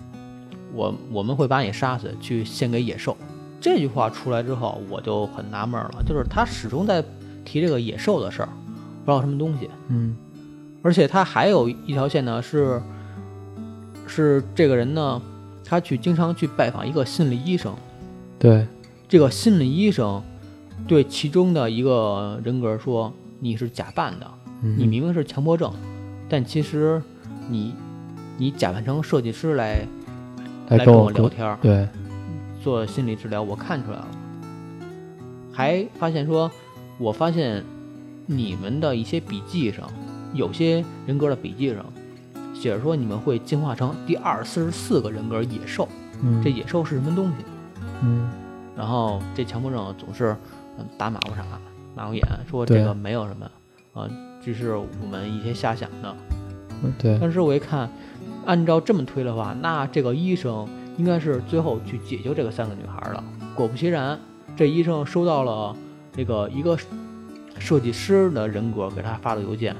S2: 我我们会把你杀死，去献给野兽。这句话出来之后，我就很纳闷了，就是他始终在提这个野兽的事儿，不知道什么东西。
S1: 嗯
S2: 而且他还有一条线呢，是是这个人呢，他去经常去拜访一个心理医生，
S1: 对，
S2: 这个心理医生对其中的一个人格说：“你是假扮的，
S1: 嗯
S2: 你明明是强迫症，但其实你你假扮成设计师来
S1: 嗯来
S2: 跟
S1: 跟我
S2: 聊天儿，
S1: 对，
S2: 做心理治疗，我看出来了。”还发现说，我发现你们的一些笔记上，有些人格的笔记上写着说你们会进化成第二四十四个人格野兽，
S1: 嗯
S2: 这野兽是什么东西？
S1: 嗯
S2: 然后这强迫症总是嗯打马虎傻、马虎眼，说
S1: 对
S2: 这个没有什么，啊、这是我们一些瞎想的。
S1: 嗯对，
S2: 但是我一看，按照这么推的话，那这个医生应该是最后去解救这个三个女孩了。果不其然，这医生收到了这个一个设计师的人格给他发的邮件，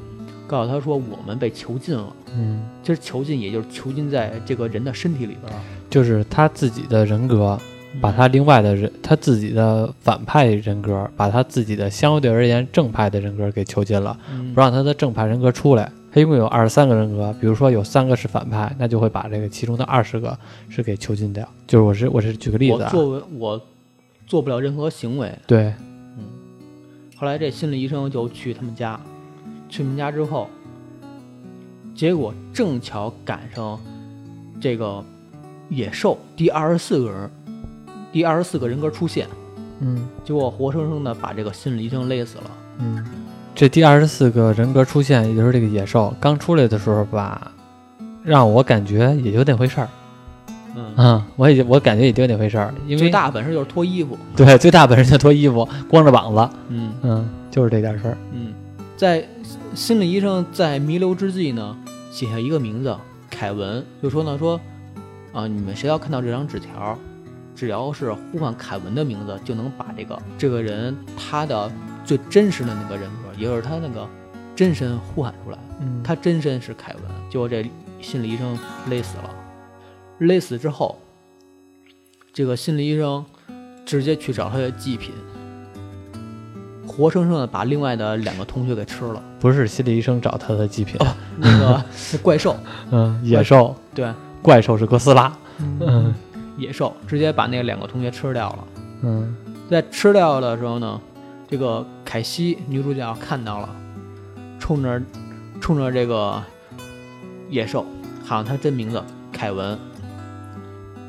S2: 告诉他说我们被囚禁了。
S1: 嗯。
S2: 其实囚禁也就是囚禁在这个人的身体里边儿，
S1: 就是他自己的人格，
S2: 嗯
S1: 把他另外的人，他自己的反派人格，把他自己的相对而言正派的人格给囚禁了，
S2: 嗯
S1: 不让他的正派人格出来。他一共有二十三个人格，比如说有三个是反派，那就会把这个其中的二十个是给囚禁掉。就是我是我是举个例子
S2: 我
S1: 啊，
S2: 作为我做不了任何行为。
S1: 对，
S2: 后来这心理医生就去他们家，去他们家之后，结果正巧赶上这个野兽第二十四个人，第二十四个人格出现，
S1: 嗯
S2: 结果活生生的把这个心理医生勒死了。
S1: 嗯，这第二十四个人格出现，也就是这个野兽刚出来的时候吧，让我感觉也就那回事儿
S2: 嗯，
S1: 啊、我也就我感觉也就那回事儿，因为
S2: 最大本事就是脱衣服。
S1: 对最大本事就脱衣服，光着膀子。
S2: 嗯
S1: 嗯，就是这点事儿。
S2: 嗯，在心理医生在弥留之际呢，写下一个名字凯文，就说呢说啊，你们谁要看到这张纸条，只要是呼唤凯文的名字，就能把这个这个人他的最真实的那个人格，也就是他那个真身呼喊出来。
S1: 嗯
S2: 他真身是凯文，结果这心理医生勒死了。勒死之后，这个心理医生直接去找他的祭品，活生生的把另外的两个同学给吃了。
S1: 嗯不是心理医生找他的祭品，
S2: 那个那怪兽，
S1: 嗯，野兽，
S2: 对，
S1: 怪兽是哥斯拉。
S2: 哦
S1: 嗯
S2: 野兽直接把那两个同学吃掉了。
S1: 嗯
S2: 在吃掉的时候呢，这个凯西女主角看到了，冲着冲着这个野兽喊他真名字凯文，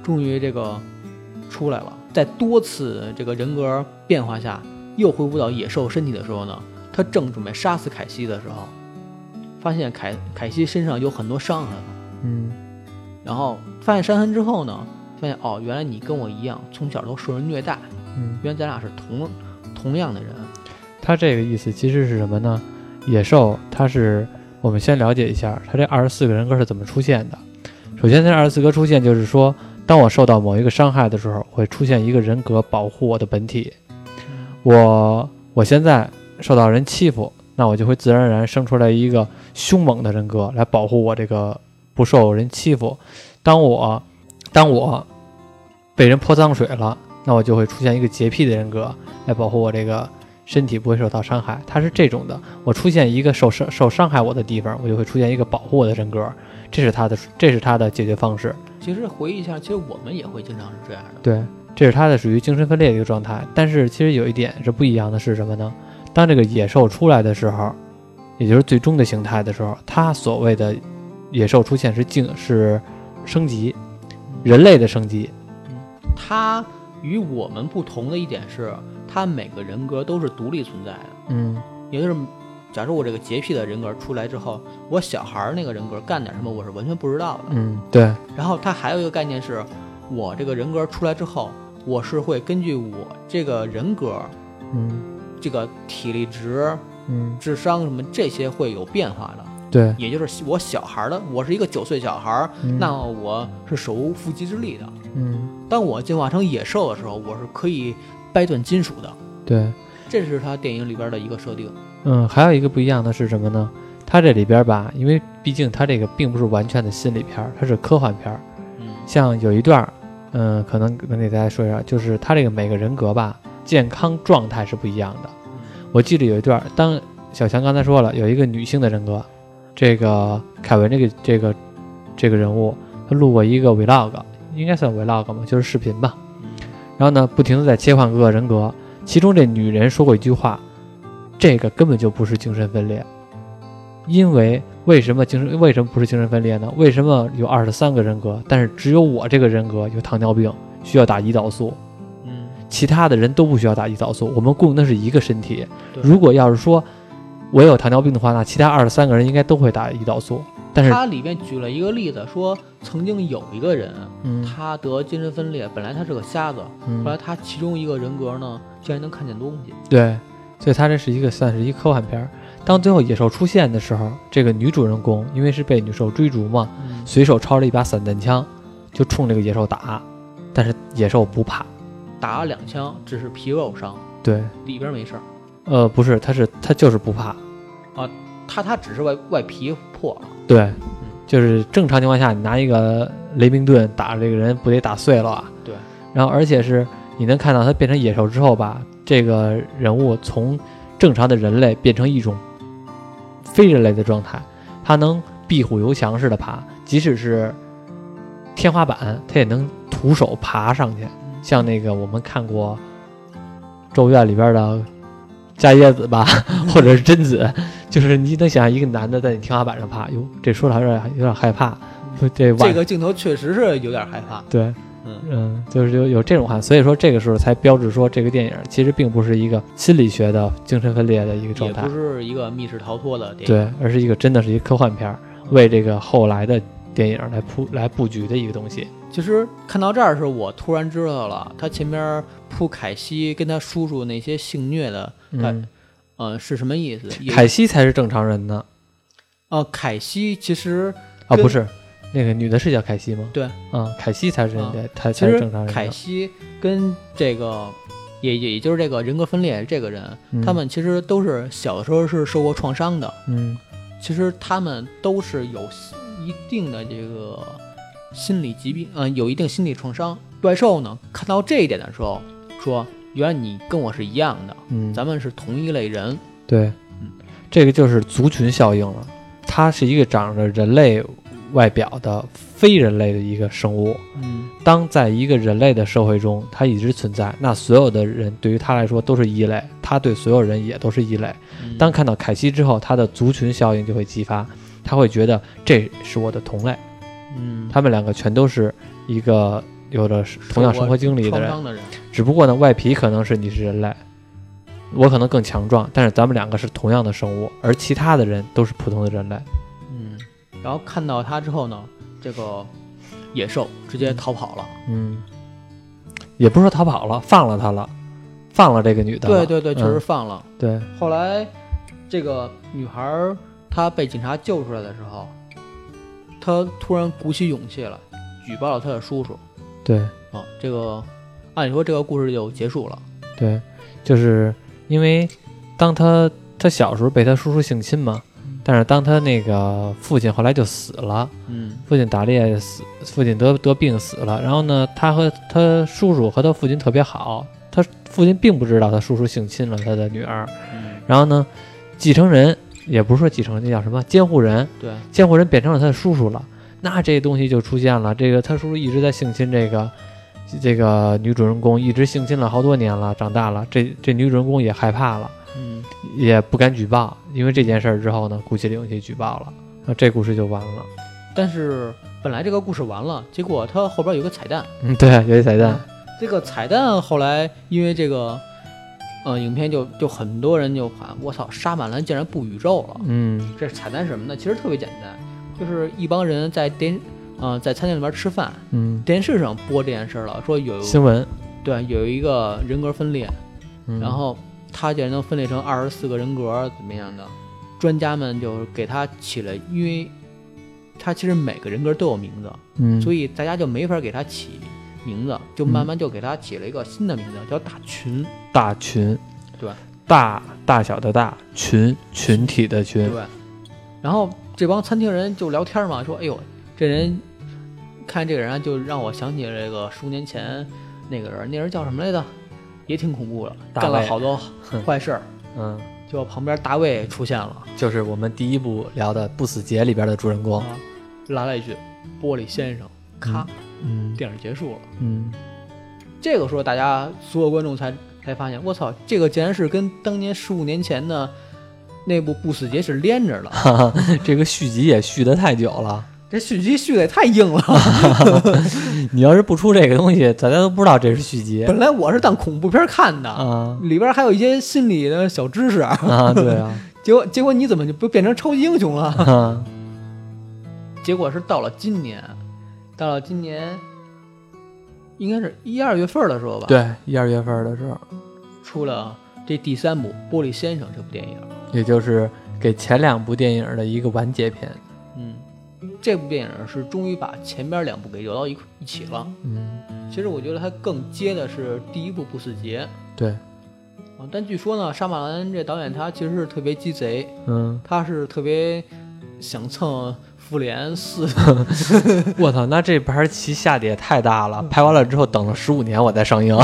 S2: 终于这个出来了。在多次这个人格变化下，又恢复到野兽身体的时候呢，他正准备杀死凯西的时候，发现凯凯西身上有很多伤痕，
S1: 嗯
S2: 然后发现伤痕之后呢，发现哦，原来你跟我一样，从小都受人虐待，
S1: 嗯，
S2: 原来咱俩是同同样的人。
S1: 他这个意思其实是什么呢？野兽，它是我们先了解一下，它这二十四个人格是怎么出现的。首先，这二十四格出现就是说，当我受到某一个伤害的时候，会出现一个人格保护我的本体。我我现在受到人欺负，那我就会自然而然生出来一个凶猛的人格来保护我这个不受人欺负。当我当我被人泼脏水了，那我就会出现一个洁癖的人格来保护我这个身体不会受到伤害。它是这种的，我出现一个受伤受伤害我的地方，我就会出现一个保护我的人格，这是他的这是他的解决方式。
S2: 其实回忆一下，其实我们也会经常是这样的。
S1: 对，这是他的属于精神分裂的一个状态。但是其实有一点是不一样的是什么呢？当这个野兽出来的时候，也就是最终的形态的时候，它所谓的野兽出现是进是升级，人类的升级。
S2: 他与我们不同的一点是，他每个人格都是独立存在的，
S1: 嗯
S2: 也就是。假如我这个洁癖的人格出来之后，我小孩儿那个人格干点什么，我是完全不知道的。
S1: 嗯，对，
S2: 然后它还有一个概念是，我这个人格出来之后，我是会根据我这个人格、
S1: 嗯
S2: 这个体力值、
S1: 嗯
S2: 智商什么这些会有变化的。
S1: 对，
S2: 也就是我小孩儿的，我是一个九岁小孩儿，
S1: 嗯
S2: 那我是手无缚鸡之力的。
S1: 嗯
S2: 当我进化成野兽的时候，我是可以掰断金属的。
S1: 对。
S2: 这是他电影里边的一个设定。
S1: 嗯，还有一个不一样的是什么呢？它这里边吧，因为毕竟它这个并不是完全的心理片儿，它是科幻片儿。
S2: 嗯
S1: 像有一段儿，嗯，可能能给大家说一下，就是它这个每个人格吧，健康状态是不一样的。我记得有一段儿，当小强刚才说了，有一个女性的人格，这个凯文这个这个这个人物，他录过一个 vlog，应该算 vlog 嘛，就是视频吧。
S2: 嗯
S1: 然后呢，不停的在切换各个人格。其中这女人说过一句话，这个根本就不是精神分裂，因为为什么精神为什么不是精神分裂呢？为什么有二十三个人格，但是只有我这个人格有糖尿病，需要打胰岛素，
S2: 嗯，
S1: 其他的人都不需要打胰岛素，我们供的是一个身体。
S2: 对
S1: 如果要是说我有糖尿病的话，那其他二十三个人应该都会打胰岛素。但是，
S2: 他里面举了一个例子，说曾经有一个人，
S1: 嗯
S2: 他得精神分裂，本来他是个瞎子，后来
S1: 嗯，
S2: 他其中一个人格呢，竟然能看见东西。
S1: 对，所以它这是一个算是一科幻片儿。当最后野兽出现的时候，这个女主人公因为是被女兽追逐嘛，
S2: 嗯，
S1: 随手抄了一把散弹枪，就冲这个野兽打，但是野兽不怕。
S2: 打了两枪，只是皮肉伤，
S1: 对，
S2: 里边没事儿。
S1: 呃，不是，它是它就是不怕。
S2: 他他只是外外皮破了。
S1: 对，就是正常情况下，你拿一个雷明顿打这个人，不得打碎了啊？
S2: 对。
S1: 然后，而且是你能看到他变成野兽之后吧，这个人物从正常的人类变成一种非人类的状态，他能壁虎游墙似的爬，即使是天花板，他也能徒手爬上去。像那个我们看过《咒怨》里边的伽椰子吧， 或者是贞子，就是你能想象一个男的在你天花板上爬，哟，这说来有点有点害怕，这万
S2: 这个镜头确实是有点害怕。
S1: 对，
S2: 嗯
S1: 嗯，就是有有这种话，所以说这个时候才标志说这个电影其实并不是一个心理学的精神分裂的一个状
S2: 也
S1: 态
S2: 不，是一个密室逃脱的电影。
S1: 对，而是一个真的是一个科幻片儿，
S2: 嗯
S1: 为这个后来的电影来铺来布局的一个东西。
S2: 其实看到这儿的时候，我突然知道了，他前面铺凯西跟他叔叔那些性虐的，
S1: 嗯，
S2: 呃，是什么意思？也
S1: 凯西才是正常人呢，
S2: 呃，凯西其实
S1: 啊，
S2: 跟
S1: 不是，那个女的是叫凯西吗？
S2: 对，
S1: 嗯，凯西才是人家，才
S2: 其
S1: 才是
S2: 实
S1: 正常人呢。
S2: 凯西跟这个也也就是这个人格分裂这个人，
S1: 嗯
S2: 他们其实都是小的时候是受过创伤的，
S1: 嗯，
S2: 其实他们都是有一定的这个心理疾病，嗯、有一定心理创伤。怪兽呢，看到这一点的时候，说：“原来你跟我是一样的，
S1: 嗯，
S2: 咱们是同一类人。
S1: 对
S2: 嗯，
S1: 这个就是族群效应了。它是一个长着人类外表的非人类的一个生物。”
S2: 嗯，
S1: 当在一个人类的社会中，它一直存在，那所有的人对于它来说都是异类，它对所有人也都是异类。
S2: 嗯
S1: 当看到凯西之后，他的族群效应就会激发，他会觉得这是我的同类，
S2: 嗯，
S1: 他们两个全都是一个有着同样生活经历的
S2: 创
S1: 人，
S2: 伤的人，
S1: 只不过呢，外皮可能是你是人类，我可能更强壮，但是咱们两个是同样的生物，而其他的人都是普通的人类。
S2: 嗯，然后看到他之后呢，这个野兽，直接逃跑了。
S1: 嗯，也不是说逃跑了，放了他了，放了这个女的了。
S2: 对对对，确实
S1: 嗯
S2: 放了。
S1: 对，
S2: 后来这个女孩儿她被警察救出来的时候，她突然鼓起勇气了，举报了她的叔叔。
S1: 对
S2: 啊，这个按理说这个故事就结束了。
S1: 对，就是因为当他他小时候被他叔叔性侵嘛，但是当他那个父亲后来就死了，
S2: 嗯
S1: 父亲打猎死，父亲得得病死了。然后呢，他和他叔叔和他父亲特别好，他父亲并不知道他叔叔性侵了他的女儿。
S2: 嗯，
S1: 然后呢，继承人也不是说继承人，那叫什么监护人，
S2: 对，
S1: 监护人变成了他的叔叔了。那这东西就出现了，这个他叔叔一直在性侵这个这个女主人公，一直性侵了好多年了，长大了，这这女主人公也害怕了，
S2: 嗯
S1: 也不敢举报，因为这件事儿之后呢，鼓起了勇气举报了，那这故事就完了。
S2: 但是本来这个故事完了，结果它后边有个彩蛋。
S1: 嗯，对，有一彩蛋，
S2: 这个彩蛋后来因为这个，呃，影片就就很多人就喊我操，沙满兰竟然不宇宙了。
S1: 嗯
S2: 这彩蛋是什么呢？其实特别简单，就是一帮人在电，呃，在餐厅里边吃饭，
S1: 嗯，
S2: 电视上播这件事了，说有
S1: 新闻，
S2: 对有一个人格分裂，
S1: 嗯、
S2: 然后他竟然能分裂成二十四个人格，怎么样的？专家们就是给他起了，因为他其实每个人格都有名字，
S1: 嗯，
S2: 所
S1: 以
S2: 以大家就没法给他起名字，就慢慢就给他起了一个新的名字，叫大群。
S1: 大群，
S2: 对，
S1: 大大小的大群群体的群，
S2: 对。然后这帮餐厅人就聊天嘛，说：“哎呦，这人看这个人啊，就让我想起这个十五年前那个人，那人叫什么来着？也挺恐怖的，
S1: 大
S2: 干了
S1: 卫
S2: 好多
S1: 哼
S2: 坏事儿。
S1: 嗯，
S2: 结果旁边大卫出现了，
S1: 就是我们第一部聊的《不死劫》里边的主人公，
S2: 啊，来了一句“玻璃先生”，咔，
S1: 嗯
S2: 电影结束了。
S1: 嗯，
S2: 这个时候，大家所有观众才才发现，我操，这个竟然是跟当年十五年前的那部《不死劫》是连着 的，
S1: 哈哈，这个续集也续得太久了，
S2: 这续集续的也太硬 了。
S1: 你要是不出这个东西，大家都不知道这是续集
S2: 本来我是当恐怖片看的，
S1: 啊
S2: 里边还有一些心理的小知识，
S1: 啊，对啊，
S2: 结果结果你怎么就不变成超级英雄了？
S1: 啊
S2: 结果是到了今年，到了今年，应该是一二月份的时候吧，，
S1: 对，一二月份的时候，
S2: 出了这第三部《玻璃先生》这部电影。
S1: 也就是给前两部电影的一个完结篇，
S2: 嗯，这部电影是终于把前边两部给揉到一块一起了。
S1: 嗯，
S2: 其实我觉得它更接的是第一部《不死劫》
S1: 对，
S2: 啊，但据说呢，沙马兰这导演他其实是特别鸡贼，
S1: 嗯。
S2: 他是特别想蹭复联四
S1: 我操，那这盘棋下的也太大
S2: 嗯
S1: 了！拍完了之后，等了十五年我再上映，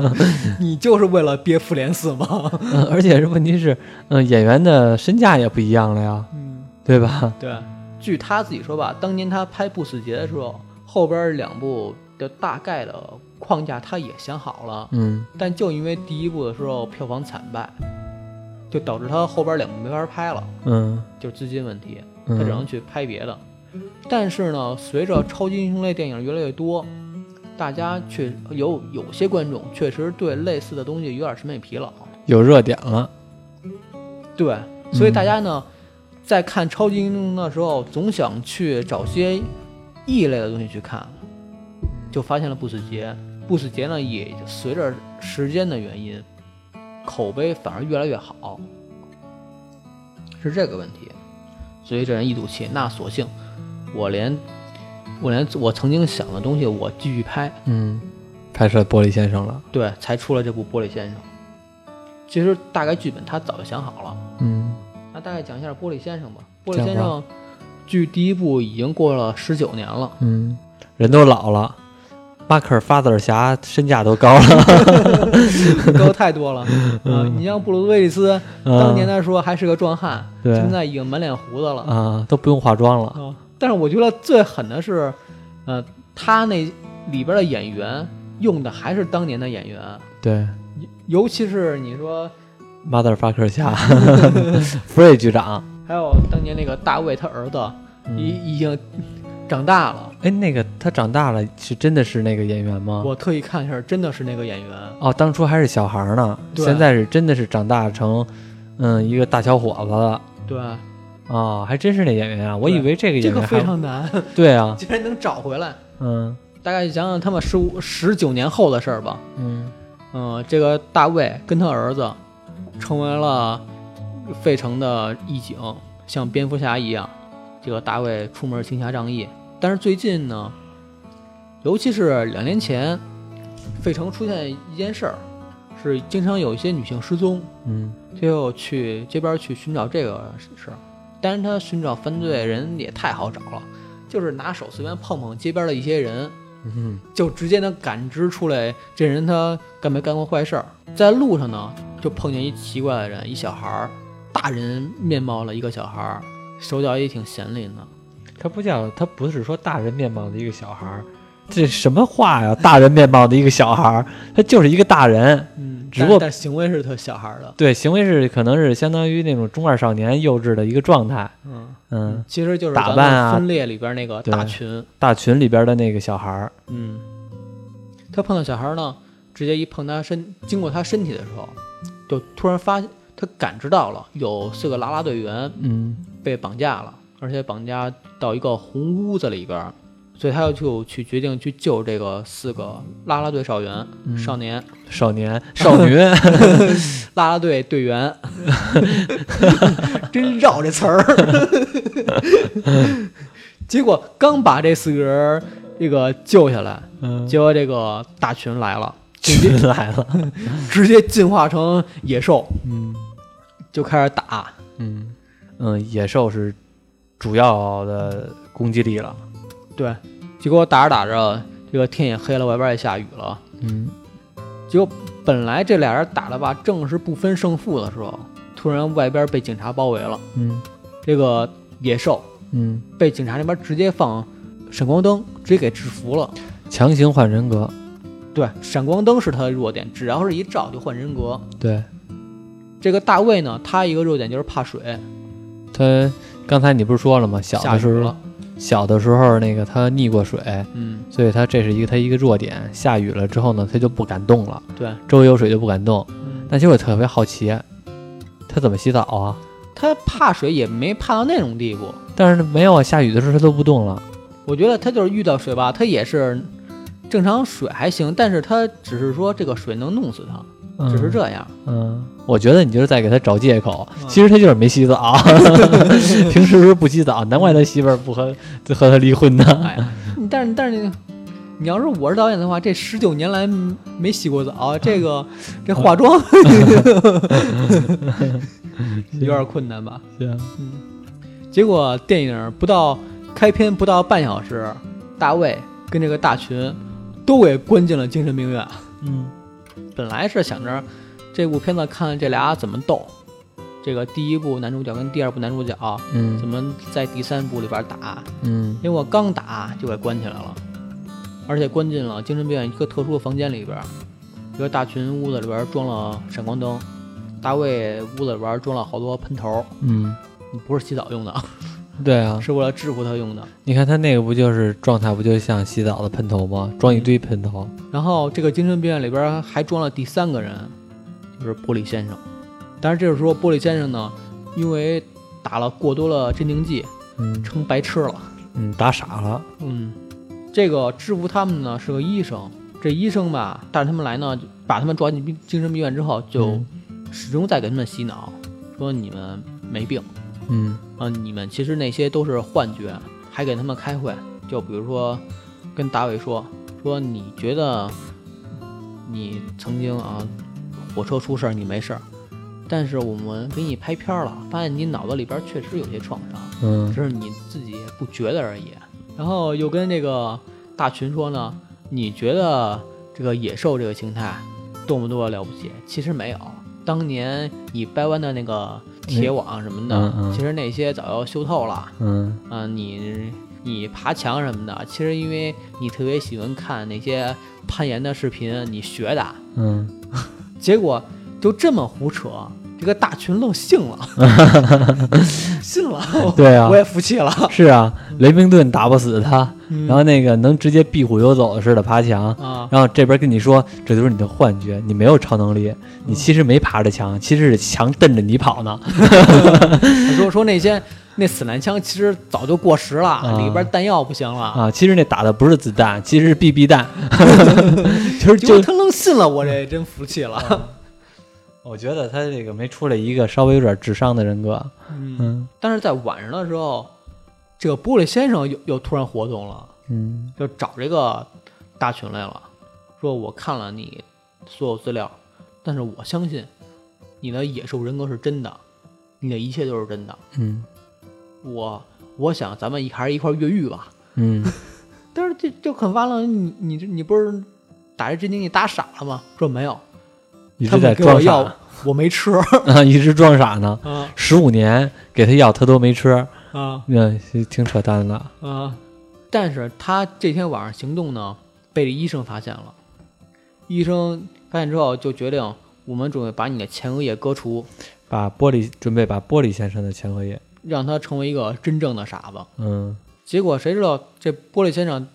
S2: 你就是为了憋复联四吗？
S1: 嗯而且是问题是，嗯、演员的身价也不一样了呀，
S2: 嗯，
S1: 对吧？
S2: 对。据他自己说吧，当年他拍《不死劫》的时候，后边两部的大概的框架他也想好了，
S1: 嗯，
S2: 但就因为第一部的时候票房惨败，就导致他后边两部没法拍了，
S1: 嗯
S2: 就是资金问题，他只能
S1: 嗯
S2: 去拍别的。但是呢，随着超级英雄类电影越来越多，大家确有有些观众确实对类似的东西有点审美疲劳。
S1: 有热点了，
S2: 对，所以大家呢，在看超级英雄的时候，总想去找些异类的东西去看，就发现了不死劫。不死劫呢，也随着时间的原因，口碑反而越来越好，是这个问题。所以这人一赌气，那索性我连我连我曾经想的东西，我继续拍，
S1: 嗯，拍摄《玻璃先生》了，
S2: 对，才出了这部《玻璃先生》。其实大概剧本他早就想好了。
S1: 嗯
S2: 那大概讲一下《玻璃先生》吧。《玻璃
S1: 讲
S2: 先
S1: 吧
S2: 生》距第一部已经过了十九年 了，
S1: 嗯，人都老了，马克法子侠身价都高了，
S2: 高太多了。啊，
S1: 嗯
S2: 你像布鲁斯·威利斯， 当年来说还是个壮汉，
S1: 嗯对嗯
S2: 现在已经满脸胡子了啊、
S1: 啊、都不用化妆了，
S2: 但是我觉得最狠的是，呃，他那里边的演员用的还是当年的演员，
S1: 对，
S2: 尤其是你说
S1: 马德法克 侠，福瑞局长，
S2: 还有当年那个大卫他儿子，
S1: 嗯，
S2: 已已经长大了。
S1: 哎，那个他长大了是真的是那个演员吗？
S2: 我特意看一下，真的是那个演员。
S1: 哦，当初还是小孩儿呢，
S2: 对
S1: 现在是真的是长大成，嗯，一个大小伙子了。
S2: 对，
S1: 哦，还真是那演员啊！我以为这个
S2: 这
S1: 演
S2: 个
S1: 员
S2: 非
S1: 还
S2: 常难，
S1: 对啊，
S2: 竟然能找回来。
S1: 嗯
S2: 大概讲讲他们十五十九年后的事儿吧。
S1: 嗯
S2: 嗯，这个大卫跟他儿子成为了费城的义警，像蝙蝠侠一样，这个大卫出门行侠仗义。但是最近呢，尤其是两年前，费城出现一件事儿，是经常有一些女性失踪，
S1: 嗯
S2: 最后去街边去寻找这个事儿。但是他寻找犯罪人也太好找了，就是拿手随便碰碰街边的一些人，
S1: 嗯
S2: 就直接能感知出来这人他干没干过坏事儿。在路上呢，就碰见一奇怪的人，一小孩儿，大人面貌了一个小孩儿，手脚也挺闲灵的。
S1: 他不叫他不是说大人面貌的一个小孩儿，这什么话呀？大人面貌的一个小孩儿，他就是一个大人。
S2: 嗯，
S1: 只不过
S2: 但但行为是特小孩儿的。
S1: 对，行为是可能是相当于那种中二少年幼稚的一个状态。
S2: 嗯
S1: 嗯，，
S2: 其实就是
S1: 打
S2: 咱
S1: 扮啊
S2: 们分裂里边那个
S1: 对
S2: 大群。
S1: 大群里边的那个小孩儿，
S2: 嗯，他碰到小孩儿呢，直接一碰他身，经过他身体的时候，就突然发现他感知到了有四个啦啦队员
S1: 嗯
S2: 被绑架了，而且绑架到一个红屋子里边儿，所以他就去决定去救这个四个啦啦队少员、
S1: 嗯
S2: 少年、
S1: 少 年少女，
S2: 啦啦队队员，真绕这词儿。 结果刚把这四个人儿这个救下来，
S1: 嗯，
S2: 结果这个大群来了，
S1: 群来了。
S2: 直接进化成野兽，
S1: 嗯
S2: 就开始打。
S1: 嗯嗯，野兽是主要的攻击力了。
S2: 对，结果打着打着，这个天也黑了，外边也下雨了。
S1: 嗯
S2: 结果本来这俩人打的吧，正是不分胜负的时候，突然外边被警察包围了。
S1: 嗯
S2: 这个野兽
S1: 嗯，
S2: 被警察那边直接放闪光灯，直接给制服了。
S1: 强行换人格。
S2: 对，闪光灯是他的弱点，只要是一照就换人格。
S1: 对
S2: 这个大卫呢，他一个弱点就是怕水，
S1: 他刚才你不是说了吗？小
S2: 下
S1: 的
S2: 雨
S1: 时候
S2: 了，，
S1: 小的时候那个他溺过水，
S2: 嗯，
S1: 所以他这是一个他一个弱点。下雨了之后呢，他就不敢动了，
S2: 对，
S1: 周围有水就不敢动。
S2: 嗯
S1: 但其实我特别好奇，他怎么洗澡啊？
S2: 他怕水也没怕到那种地步。
S1: 但是没有啊，下雨的时候他都不动了。
S2: 我觉得他就是遇到水吧，他也是正常水还行，但是他只是说这个水能弄死他，
S1: 嗯、
S2: 只是。这样。
S1: 嗯，我觉得你就是在给他找借口。
S2: 嗯
S1: 其实他就是没洗澡，啊 平时是不洗澡，难怪他媳妇儿不和 和他离婚 呢。
S2: 哎呀，你但是但是你，你要是我是导演的话，这十九年来嗯没洗过澡，这个这化妆 有点困难吧？
S1: 行，
S2: 嗯。结果电影不到开篇不到半小时，大卫跟这个大群都给关进了精神病院。
S1: 嗯
S2: 本来是想着这部片子看这俩怎么斗，这个第一部男主角跟第二部男主角
S1: 嗯
S2: 怎么在第三部里边打，
S1: 嗯
S2: 因为我刚打就给关起来了，而且关进了精神病院一个特殊的房间里边儿，一个大群屋子里边儿装了闪光灯，大卫屋子里边儿装了好多喷头，
S1: 嗯，
S2: 不是洗澡用的，
S1: 对啊，
S2: 是为了制服他用的。
S1: 你看他那个不就是状态不就像洗澡的喷头吗？装一堆喷头。
S2: 然后这个精神病院里边儿还装了第三个人，就是玻璃先生。但是这个时候玻璃先生呢，因为打了过多了镇定剂，
S1: 嗯
S2: 成白痴了。
S1: 嗯，打傻了。
S2: 嗯，这个制服他们呢是个医生，这医生吧带着他们来呢，把他们抓进病精神病院之后，就
S1: 嗯
S2: 始终在给他们洗脑，说你们没病
S1: 嗯
S2: 啊，你们其实那些都是幻觉，还给他们开会，就比如说跟大卫说说你觉得你曾经啊火车出事儿你没事儿，但是我们给你拍片儿了，发现你脑子里边儿确实有些创伤。
S1: 嗯
S2: 只是你自己不觉得而已。然后又跟这个大群说呢，你觉得这个野兽这个形态多么多了不起？其实没有，当年你掰弯的那个铁网什么的，
S1: 嗯嗯
S2: 其实那些早要修透了。
S1: 嗯
S2: 嗯、你你爬墙什么的，其实因为你特别喜欢看那些攀岩的视频，你学的，
S1: 嗯，
S2: 结果就这么胡扯。这个大群愣信了， 信了，我
S1: 对啊
S2: 我，也服气了。
S1: 是啊，雷明顿打不死他，
S2: 嗯
S1: 然后那个能直接壁虎游走似的爬墙。
S2: 啊，
S1: 然后这边跟你说，这就是你的幻觉，你没有超能力，
S2: 嗯
S1: 你其实没爬着墙，其实是墙瞪着你跑呢。
S2: 说说那些那散弹枪其实早就过时了，
S1: 啊
S2: 里边弹药不行了，
S1: 啊，其实那打的不是子弹，其实是 BB 弹， 就是
S2: 结果
S1: 就啊
S2: 他愣信了，我这真服气了。
S1: 我觉得他这个没出来一个稍微有点智商的人格，
S2: 嗯，
S1: 嗯
S2: 但是在晚上的时候，这个玻璃先生又又突然活动了，
S1: 嗯
S2: 就找这个大群来了，说我看了你所有资料，但是我相信你的野兽人格是真的，你的一切都是真的。
S1: 嗯
S2: 我我想咱们一还是一块儿越狱吧。
S1: 嗯
S2: 但是这就很完了，你你这你不是打这真经你打傻了吗？说没有，
S1: 一
S2: 他
S1: 直在
S2: 们给我
S1: 装傻
S2: 药，我没 吃。
S1: 啊，一直装傻呢，
S2: 啊
S1: 十五年给他药他都没吃，
S2: 啊
S1: 嗯，挺扯淡的，
S2: 啊！但是他这天晚上行动呢，被医生发现了。医生发现之后就决定，我们准备把你的前额叶割除，
S1: 把玻璃准备把玻璃先生的前额叶，
S2: 让他成为一个真正的傻子。
S1: 嗯
S2: 结果谁知道这玻璃先生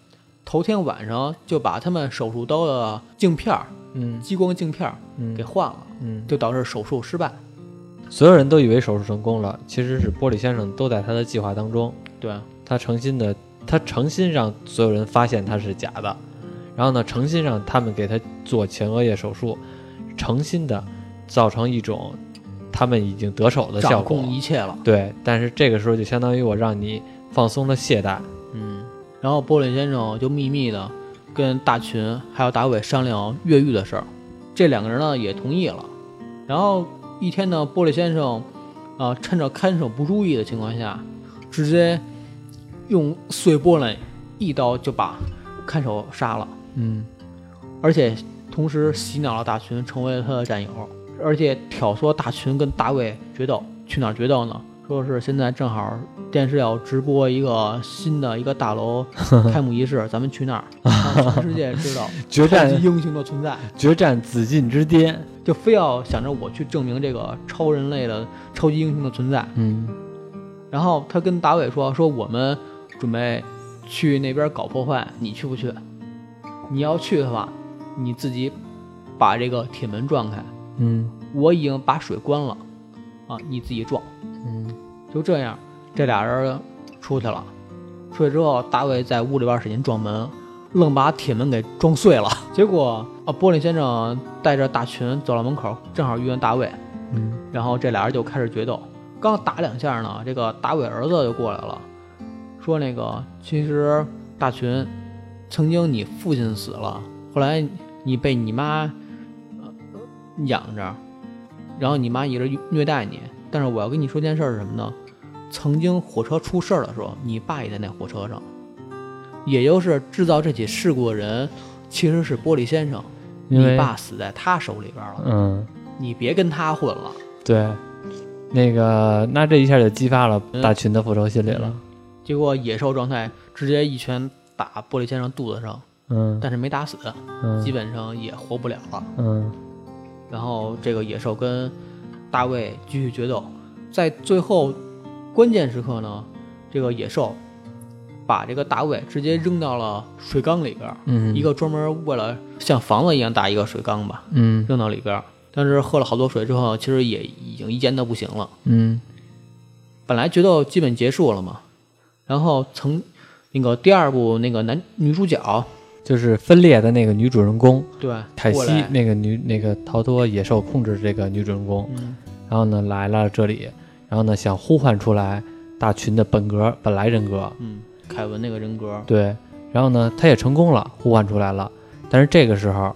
S2: 头天晚上就把他们手术刀的镜片儿、
S1: 嗯
S2: 激光镜片儿
S1: 嗯
S2: 给换了，
S1: 嗯，
S2: 就导致手术失败。
S1: 所有人都以为手术成功了，其实是玻璃先生都在他的计划当中，
S2: 对，
S1: 他诚心的，他诚心让所有人发现他是假的，然后呢，诚心让他们给他做前额叶手术，诚心的造成一种他们已经得手的效
S2: 掌
S1: 果
S2: 控，一切了。
S1: 对，但是这个时候就相当于我让你放松了懈怠，
S2: 嗯，然后玻璃先生就秘密的跟大群还有达伟商量越狱的事儿，这两个人呢也同意了。然后一天呢，玻璃先生啊、呃趁着看守不注意的情况下，直接用碎玻璃一刀就把看守杀了，
S1: 嗯
S2: 而且同时洗脑了大群成为了他的战友，而且挑唆大群跟达伟决斗。去哪儿决斗呢？说是现在正好电视要直播一个新的一个大楼开幕仪式，咱们去那儿，让全世界知道
S1: 决战
S2: 超级英雄的存在，
S1: 决战紫禁之巅，
S2: 就非要想着我去证明这个超人类的超级英雄的存在。
S1: 嗯
S2: 然后他跟达伟说：“说我们准备去那边搞破坏，你去不去？你要去的话，你自己把这个铁门撞开。
S1: 嗯
S2: 我已经把水关了，啊，你自己撞。”
S1: 嗯
S2: 就这样，这俩人出去了。出去之后，大卫在屋里边使劲撞门，愣把铁门给撞碎了。结果啊，玻璃先生带着大群走到门口，正好遇见大卫，
S1: 嗯
S2: 然后这俩人就开始决斗。刚打两下呢，这个大伟儿子就过来了，说那个其实大群，曾经你父亲死了，后来你被你妈、呃养着，然后你妈一直虐待你。但是我要跟你说件事儿是什么呢？曾经火车出事儿的时候，你爸也在那火车上，也就是制造这起事故的人其实是玻璃先生，
S1: 因为
S2: 你爸死在他手里边了，
S1: 嗯
S2: 你别跟他混了。
S1: 对，那个那这一下就激发了
S2: 嗯
S1: 大群的复仇心理了，
S2: 结果野兽状态直接一拳打玻璃先生肚子上，
S1: 嗯
S2: 但是没打死，基
S1: 嗯
S2: 本上也活不了了。
S1: 嗯
S2: 然后这个野兽跟大卫继续决斗，在最后关键时刻呢，这个野兽把这个大卫直接扔到了水缸里边儿，
S1: 嗯
S2: 一个专门为了像房子一样大一个水缸吧，
S1: 嗯
S2: 扔到里边儿。但是喝了好多水之后，其实也已经一见的不行了。
S1: 嗯
S2: 本来决斗基本结束了嘛，然后曾那个第二部那个男女主角
S1: 就是分裂的那个女主人公
S2: 对
S1: 凯
S2: 过
S1: 西
S2: 来，
S1: 那个女那个逃脱野兽控制这个女主人公，
S2: 嗯
S1: 然后呢来了这里，然后呢想呼唤出来大群的本格本来人格，
S2: 嗯，凯文那个人格，
S1: 对，然后呢他也成功了，呼唤出来了，但是这个时候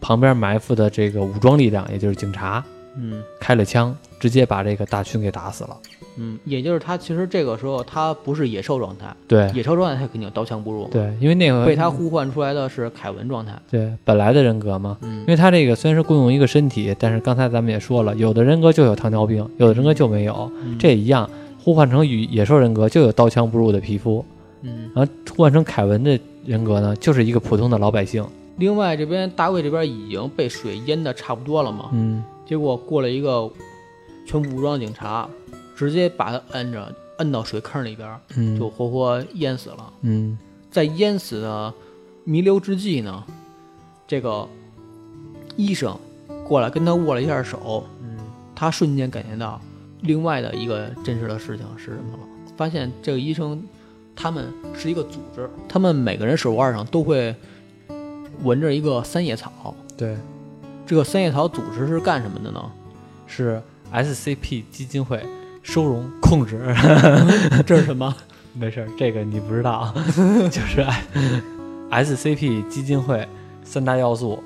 S1: 旁边埋伏的这个武装力量，也就是警察
S2: 嗯
S1: 开了枪，直接把这个大群给打死了，
S2: 嗯，也就是他其实这个时候他不是野兽状态，
S1: 对
S2: 野兽状态他肯定刀枪不入，
S1: 对，因为那个
S2: 被他呼唤出来的是凯文状态，
S1: 对本来的人格嘛，
S2: 嗯
S1: 因为他这个虽然是雇佣一个身体，但是刚才咱们也说了，有的人格就有糖尿病，有的人格就没有，
S2: 嗯
S1: 这也一样。互换成与野兽人格就有刀枪不入的皮肤，
S2: 嗯，
S1: 然后互换成凯文的人格呢，就是一个普通的老百姓。
S2: 另外这边大卫这边已经被水淹的差不多了嘛，
S1: 嗯
S2: 结果过来一个全副武装的警察，直接把他摁着摁到水坑里边儿，
S1: 嗯
S2: 就活活淹死了。
S1: 嗯
S2: 在淹死的弥留之际呢，这个医生过来跟他握了一下手，
S1: 嗯
S2: 他瞬间感觉到另外的一个真实的事情是什么了？发现这个医生他们是一个组织，他们每个人手腕上都会纹着一个三叶草。
S1: 对，
S2: 这个三叶草组织是干什么的呢？
S1: 是 SCP 基金会收容控制。
S2: 这是什么？
S1: 没事儿，这个你不知道啊， 就是 SCP 基金会三大要素：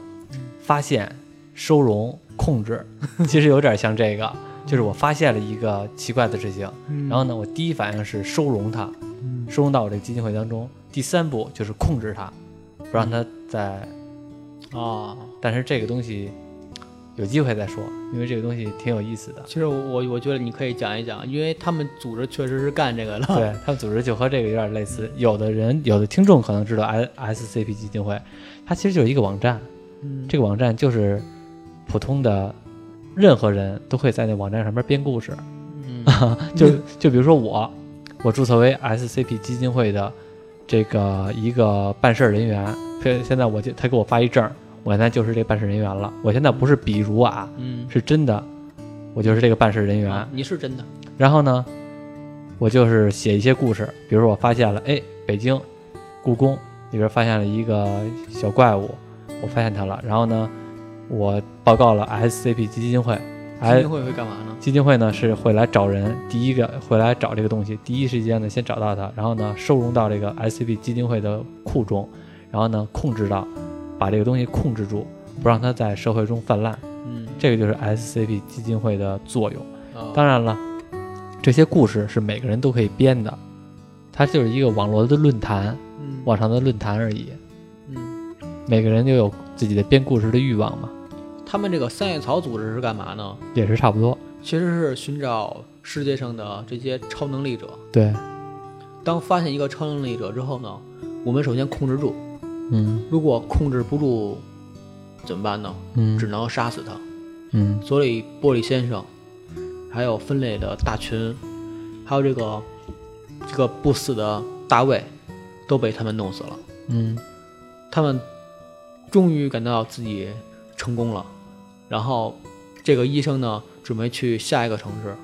S1: 发现、收容、控制。其实有点像这个， 就是我发现了一个奇怪的事情，然后呢，我第一反应是收容它，
S2: 嗯，
S1: 收容到我这个基金会当中。第三步就是控制它，不让它再。
S2: 啊，
S1: 但是这个东西有机会再说，因为这个东西挺有意思的。
S2: 其实我我我觉得你可以讲一讲，因为他们组织确实是干这个的。
S1: 对他们组织就和这个有点类似。有的人，有的听众可能知道 S S C P 基金会，它其实就是一个网站。
S2: 嗯，
S1: 这个网站就是普通的任何人都可以在那网站上面编故事。
S2: 嗯
S1: 就就比如说我，我注册为 S C P 基金会的这个一个办事人员，现现在我就他给我发一证儿，我现在就是这个办事人员了。我现在不是比如啊，
S2: 嗯，
S1: 是真的，我就是这个办事人员。
S2: 啊你是真的。
S1: 然后呢，我就是写一些故事，比如说我发现了，哎，北京故宫里边发现了一个小怪物，我发现它了。然后呢，我报告了 SCP 基金会，
S2: 基
S1: 哎
S2: 金，会会干嘛呢？
S1: 基金会呢是会来找人，第一个会来找这个东西，第一时间呢先找到它，然后呢收容到这个 SCP 基金会的库中，然后呢控制到，把这个东西控制住，不让它在社会中泛滥。
S2: 嗯，
S1: 这个就是 SCP 基金会的作用。
S2: 哦
S1: 当然了，这些故事是每个人都可以编的，它就是一个网络的论坛，
S2: 嗯
S1: 网上的论坛而已。
S2: 嗯，
S1: 每个人都有自己的编故事的欲望嘛，
S2: 他们这个三叶草组织是干嘛呢？
S1: 也是差不多。
S2: 其实是寻找世界上的这些超能力者。
S1: 对，
S2: 当发现一个超能力者之后呢，我们首先控制住，
S1: 嗯
S2: 如果控制不住，怎么办呢？只
S1: 嗯
S2: 能杀死他。
S1: 嗯，
S2: 所以玻璃先生，还有分类的大群，还有这个这个不死的大卫，都被他们弄死了。
S1: 嗯
S2: 他们终于感到自己成功了。然后这个医生呢，准备去下一个城市，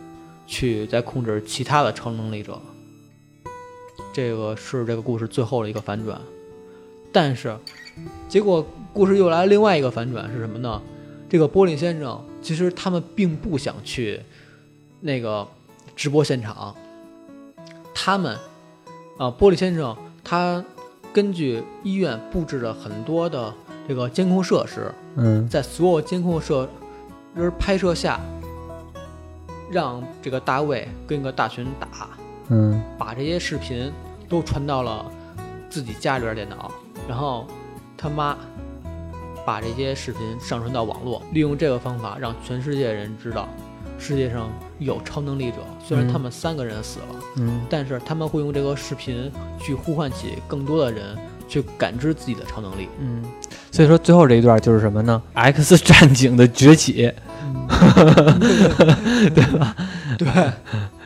S2: 去再控制其他的超能力者。这个是这个故事最后的一个反转，但是结果故事又来了另外一个反转是什么呢？这个波利先生其实他们并不想去那个直播现场，他们啊，玻璃先生他根据医院布置了很多的这个监控设施，
S1: 嗯
S2: 在所有监控设施拍摄下，让这个大卫跟个大群打，
S1: 嗯
S2: 把这些视频都传到了自己家里边电脑，然后他妈把这些视频上传到网络，利用这个方法让全世界人知道世界上有超能力者，虽然
S1: 嗯
S2: 他们三个人死了。
S1: 嗯
S2: 但是他们会用这个视频去呼唤起更多的人去感知自己的超能力。
S1: 嗯。所以说最后这一段就是什么呢？X 战警的崛起，
S2: 对，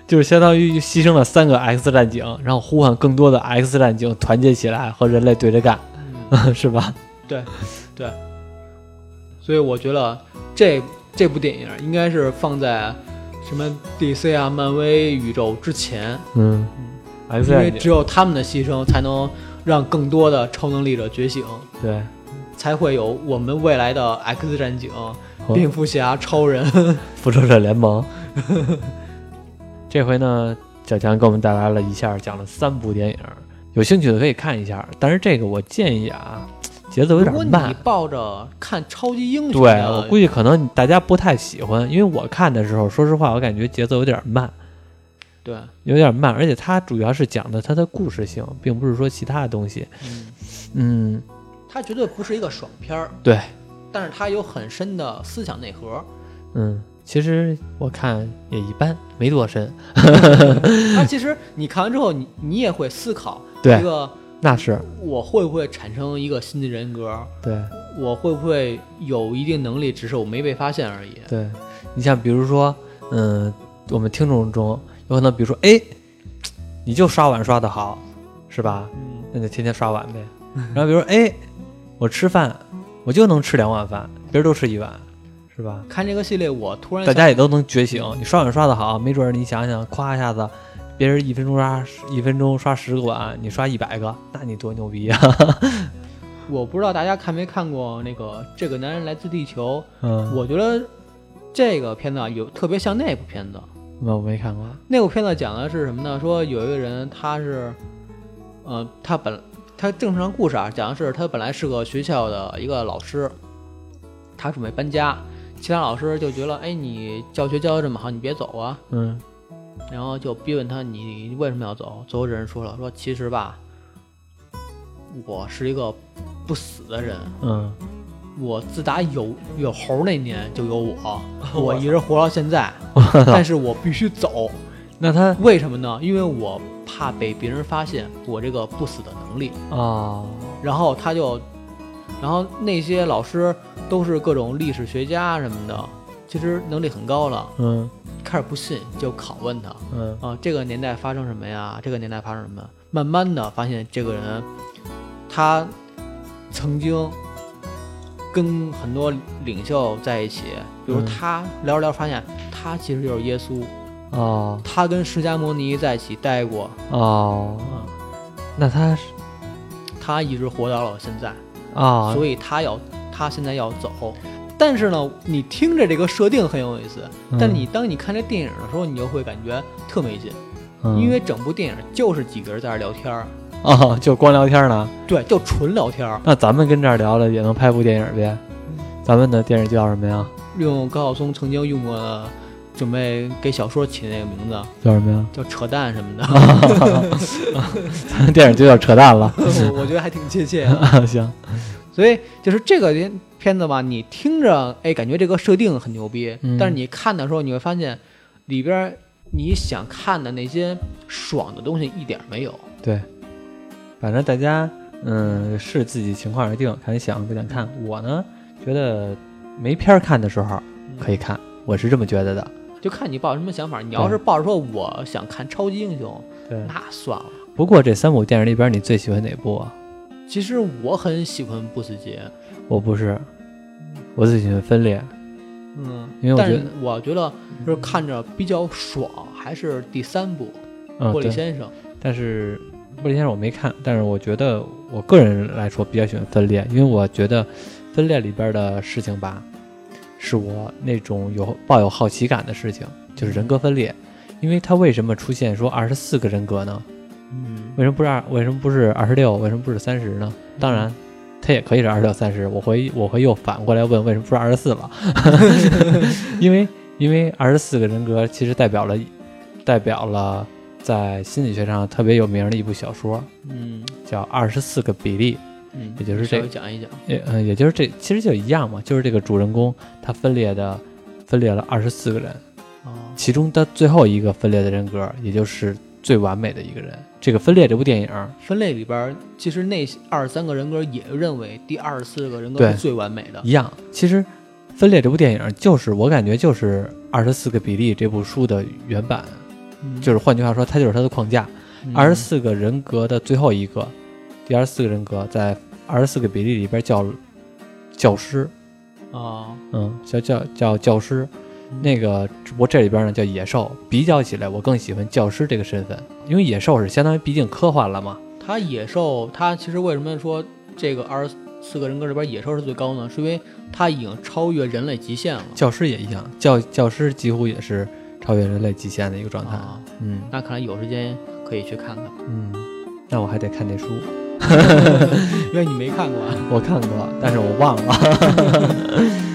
S1: 就是相当于牺牲了三个 X 战警，然后呼唤更多的 X 战警团结起来和人类对着干， 是吧？
S2: 所以我觉得这这部电影应该是放在什么 DC 啊、漫威宇宙之前，
S1: 嗯，X
S2: 因为
S1: 战
S2: 只
S1: 警
S2: 有他们的牺牲才能让更多的超能力者觉醒，
S1: 对。
S2: 才会有我们未来的 X 战警、
S1: 和
S2: 蝙蝠侠、超人。
S1: 复仇者联盟。 这回呢，小强给我们带来了一下，讲了三部电影，有兴趣的可以看一下。但是这个我建议啊，节奏有
S2: 如果
S1: 点
S2: 你
S1: 慢。
S2: 抱着看超级英雄的，
S1: 对我估计可能大家不太喜欢，因为我看的时候，说实话，我感觉节奏有点慢，
S2: 对，
S1: 有点慢，而且它主要是讲的它的故事性，并不是说其他的东西。
S2: 嗯，
S1: 嗯，
S2: 它绝对不是一个爽片儿。
S1: 对，
S2: 但是它有很深的思想内核。
S1: 嗯，其实我看也一般，没多深。
S2: 它其实你看完之后，你你也会思考
S1: 对
S2: 一个
S1: 那是
S2: 我会不会产生一个新的人格，
S1: 对。
S2: 我会不会有一定能力，只是我没被发现而已。
S1: 对，你像比如说，嗯，我们听众中有可能，比如说，哎，你就刷碗刷的好，是吧？
S2: 嗯，
S1: 那就天天刷碗呗。然后比如说，哎，我吃饭，我就能吃两碗饭，别人都吃一碗，是吧？
S2: 看这个系列，我突然
S1: 大
S2: 想
S1: 家也都能觉醒。你刷碗刷的好，没准儿你想想，夸一下子，别人一分钟刷一分钟刷十个碗，你刷一百个，那你多牛逼啊！
S2: 我不知道大家看没看过那个《这个男人来自地球
S1: 嗯，》，
S2: 我觉得这个片子啊，有特别像那部片子。
S1: 我我没看过，
S2: 那部片子讲的是什么呢？说有一个人，他是，呃，他本他正常故事啊，讲的是他本来是个学校的一个老师，他准备搬家，其他老师就觉得，哎，你教学教的这么好，你别走啊，
S1: 嗯
S2: 然后就逼问他你为什么要走？最后这人说了，说其实吧，我是一个不死的人，
S1: 嗯，
S2: 我自打有有猴那年就有我，
S1: 我
S2: 我一直活到现在，但是我必须走，
S1: 那他
S2: 为什么呢？因为我怕被别人发现我这个不死的能力。
S1: 哦，
S2: 然后他就，然后那些老师都是各种历史学家什么的，其实能力很高了，
S1: 嗯
S2: 开始不信就拷问他
S1: 嗯
S2: 啊，这个年代发生什么呀？这个年代发生什么？慢慢的发现这个人，他曾经跟很多领袖在一起，比如
S1: 嗯
S2: 他聊着聊着发现他其实就是耶稣，
S1: 哦
S2: 他跟释迦摩尼在一起待过。
S1: 哦，
S2: 啊，
S1: 那他是
S2: 他一直活到了现在，
S1: 啊，
S2: 所以他要他现在要走。但是呢，你听着这个设定很有意思，
S1: 嗯
S2: 但你当你看这电影的时候，你就会感觉特没劲，
S1: 嗯
S2: 因为整部电影就是几个人在那儿聊天儿，
S1: 哦 就光聊天呢，
S2: 对，就纯聊天儿。
S1: 那咱们跟这儿聊了也能拍部电影呗？咱们的电影叫什么呀？
S2: 用高晓松曾经用过的，准备给小说起那个名字
S1: 叫什么呀？
S2: 叫“扯淡”什么的，
S1: 咱们电影就叫扯淡了。
S2: 我我觉得还挺贴切的。
S1: 行，
S2: 所以就是这个片片子吧，你听着，哎，感觉这个设定很牛逼，
S1: 嗯
S2: 但是你看的时候，你会发现里边儿你想看的那些爽的东西一点儿没有。
S1: 对，反正大家嗯视自己情况而定，看你想不想看。我呢觉得没片儿看的时候可以看，我是这么觉得的。
S2: 就看你抱什么想法。你要是抱着说我想看超级英雄，
S1: 对，
S2: 那算了。
S1: 不过这三部电影里边，你最喜欢哪部啊？
S2: 其实我很喜欢不死劫，
S1: 我不是，我最喜欢分裂。
S2: 嗯，
S1: 因为我
S2: 但
S1: 觉
S2: 是
S1: 得
S2: 我觉得就是看着比较爽，还是第三部《
S1: 嗯，
S2: 玻璃
S1: 对。
S2: 先生》
S1: 但是《玻璃先生》我没看，但是我觉得我个人来说比较喜欢《分裂》，因为我觉得《分裂》里边的事情吧，是我那种有抱有好奇感的事情，就是人格分裂。因为它为什么出现说二十四个人格呢？
S2: 嗯，
S1: 为什么不是二？为什么不是二十六？为什么不是三十呢？当然，它也可以是二十六、三十。我会我会又反过来问，为什么不是二十四了？因为因为二十四个人格其实代表了代表了在心理学上特别有名的一部小说，
S2: 嗯
S1: 叫《二十四个比例
S2: 嗯，
S1: 也就是这
S2: 稍微讲一讲，》。
S1: 也嗯，也就是这其实就一样嘛，就是这个主人公他分裂的分裂了二十四个人，
S2: 哦，
S1: 其中的最后一个分裂的人格，也就是最完美的一个人。这个分裂这部电影
S2: 分类里边儿，其实那二十三个人格也认为第二十四个人格
S1: 对
S2: 是最完美的
S1: 一。样。其实，《分裂》这部电影就是我感觉就是《二十四个比例》这部书的原版，
S2: 嗯
S1: 就是换句话说，它就是它的框架。二十四个人格的最后一个，第二十四个人格在二十四个比例里边叫教师，
S2: 啊，
S1: 嗯，叫叫叫教师。那个，只不过这里边呢叫野兽。比较起来，我更喜欢教师这个身份，因为野兽是相当于毕竟科幻了嘛。
S2: 他野兽，他其实为什么说这个二十四个人格里边野兽是最高呢？是因为他已经超越人类极限了。
S1: 教师也一样，教教师几乎也是超越人类极限的一个状态。
S2: 啊，
S1: 嗯
S2: 那看来有时间可以去看看，
S1: 嗯，那我还得看这书。
S2: 因为你没看过啊。
S1: 我看过，但是我忘了。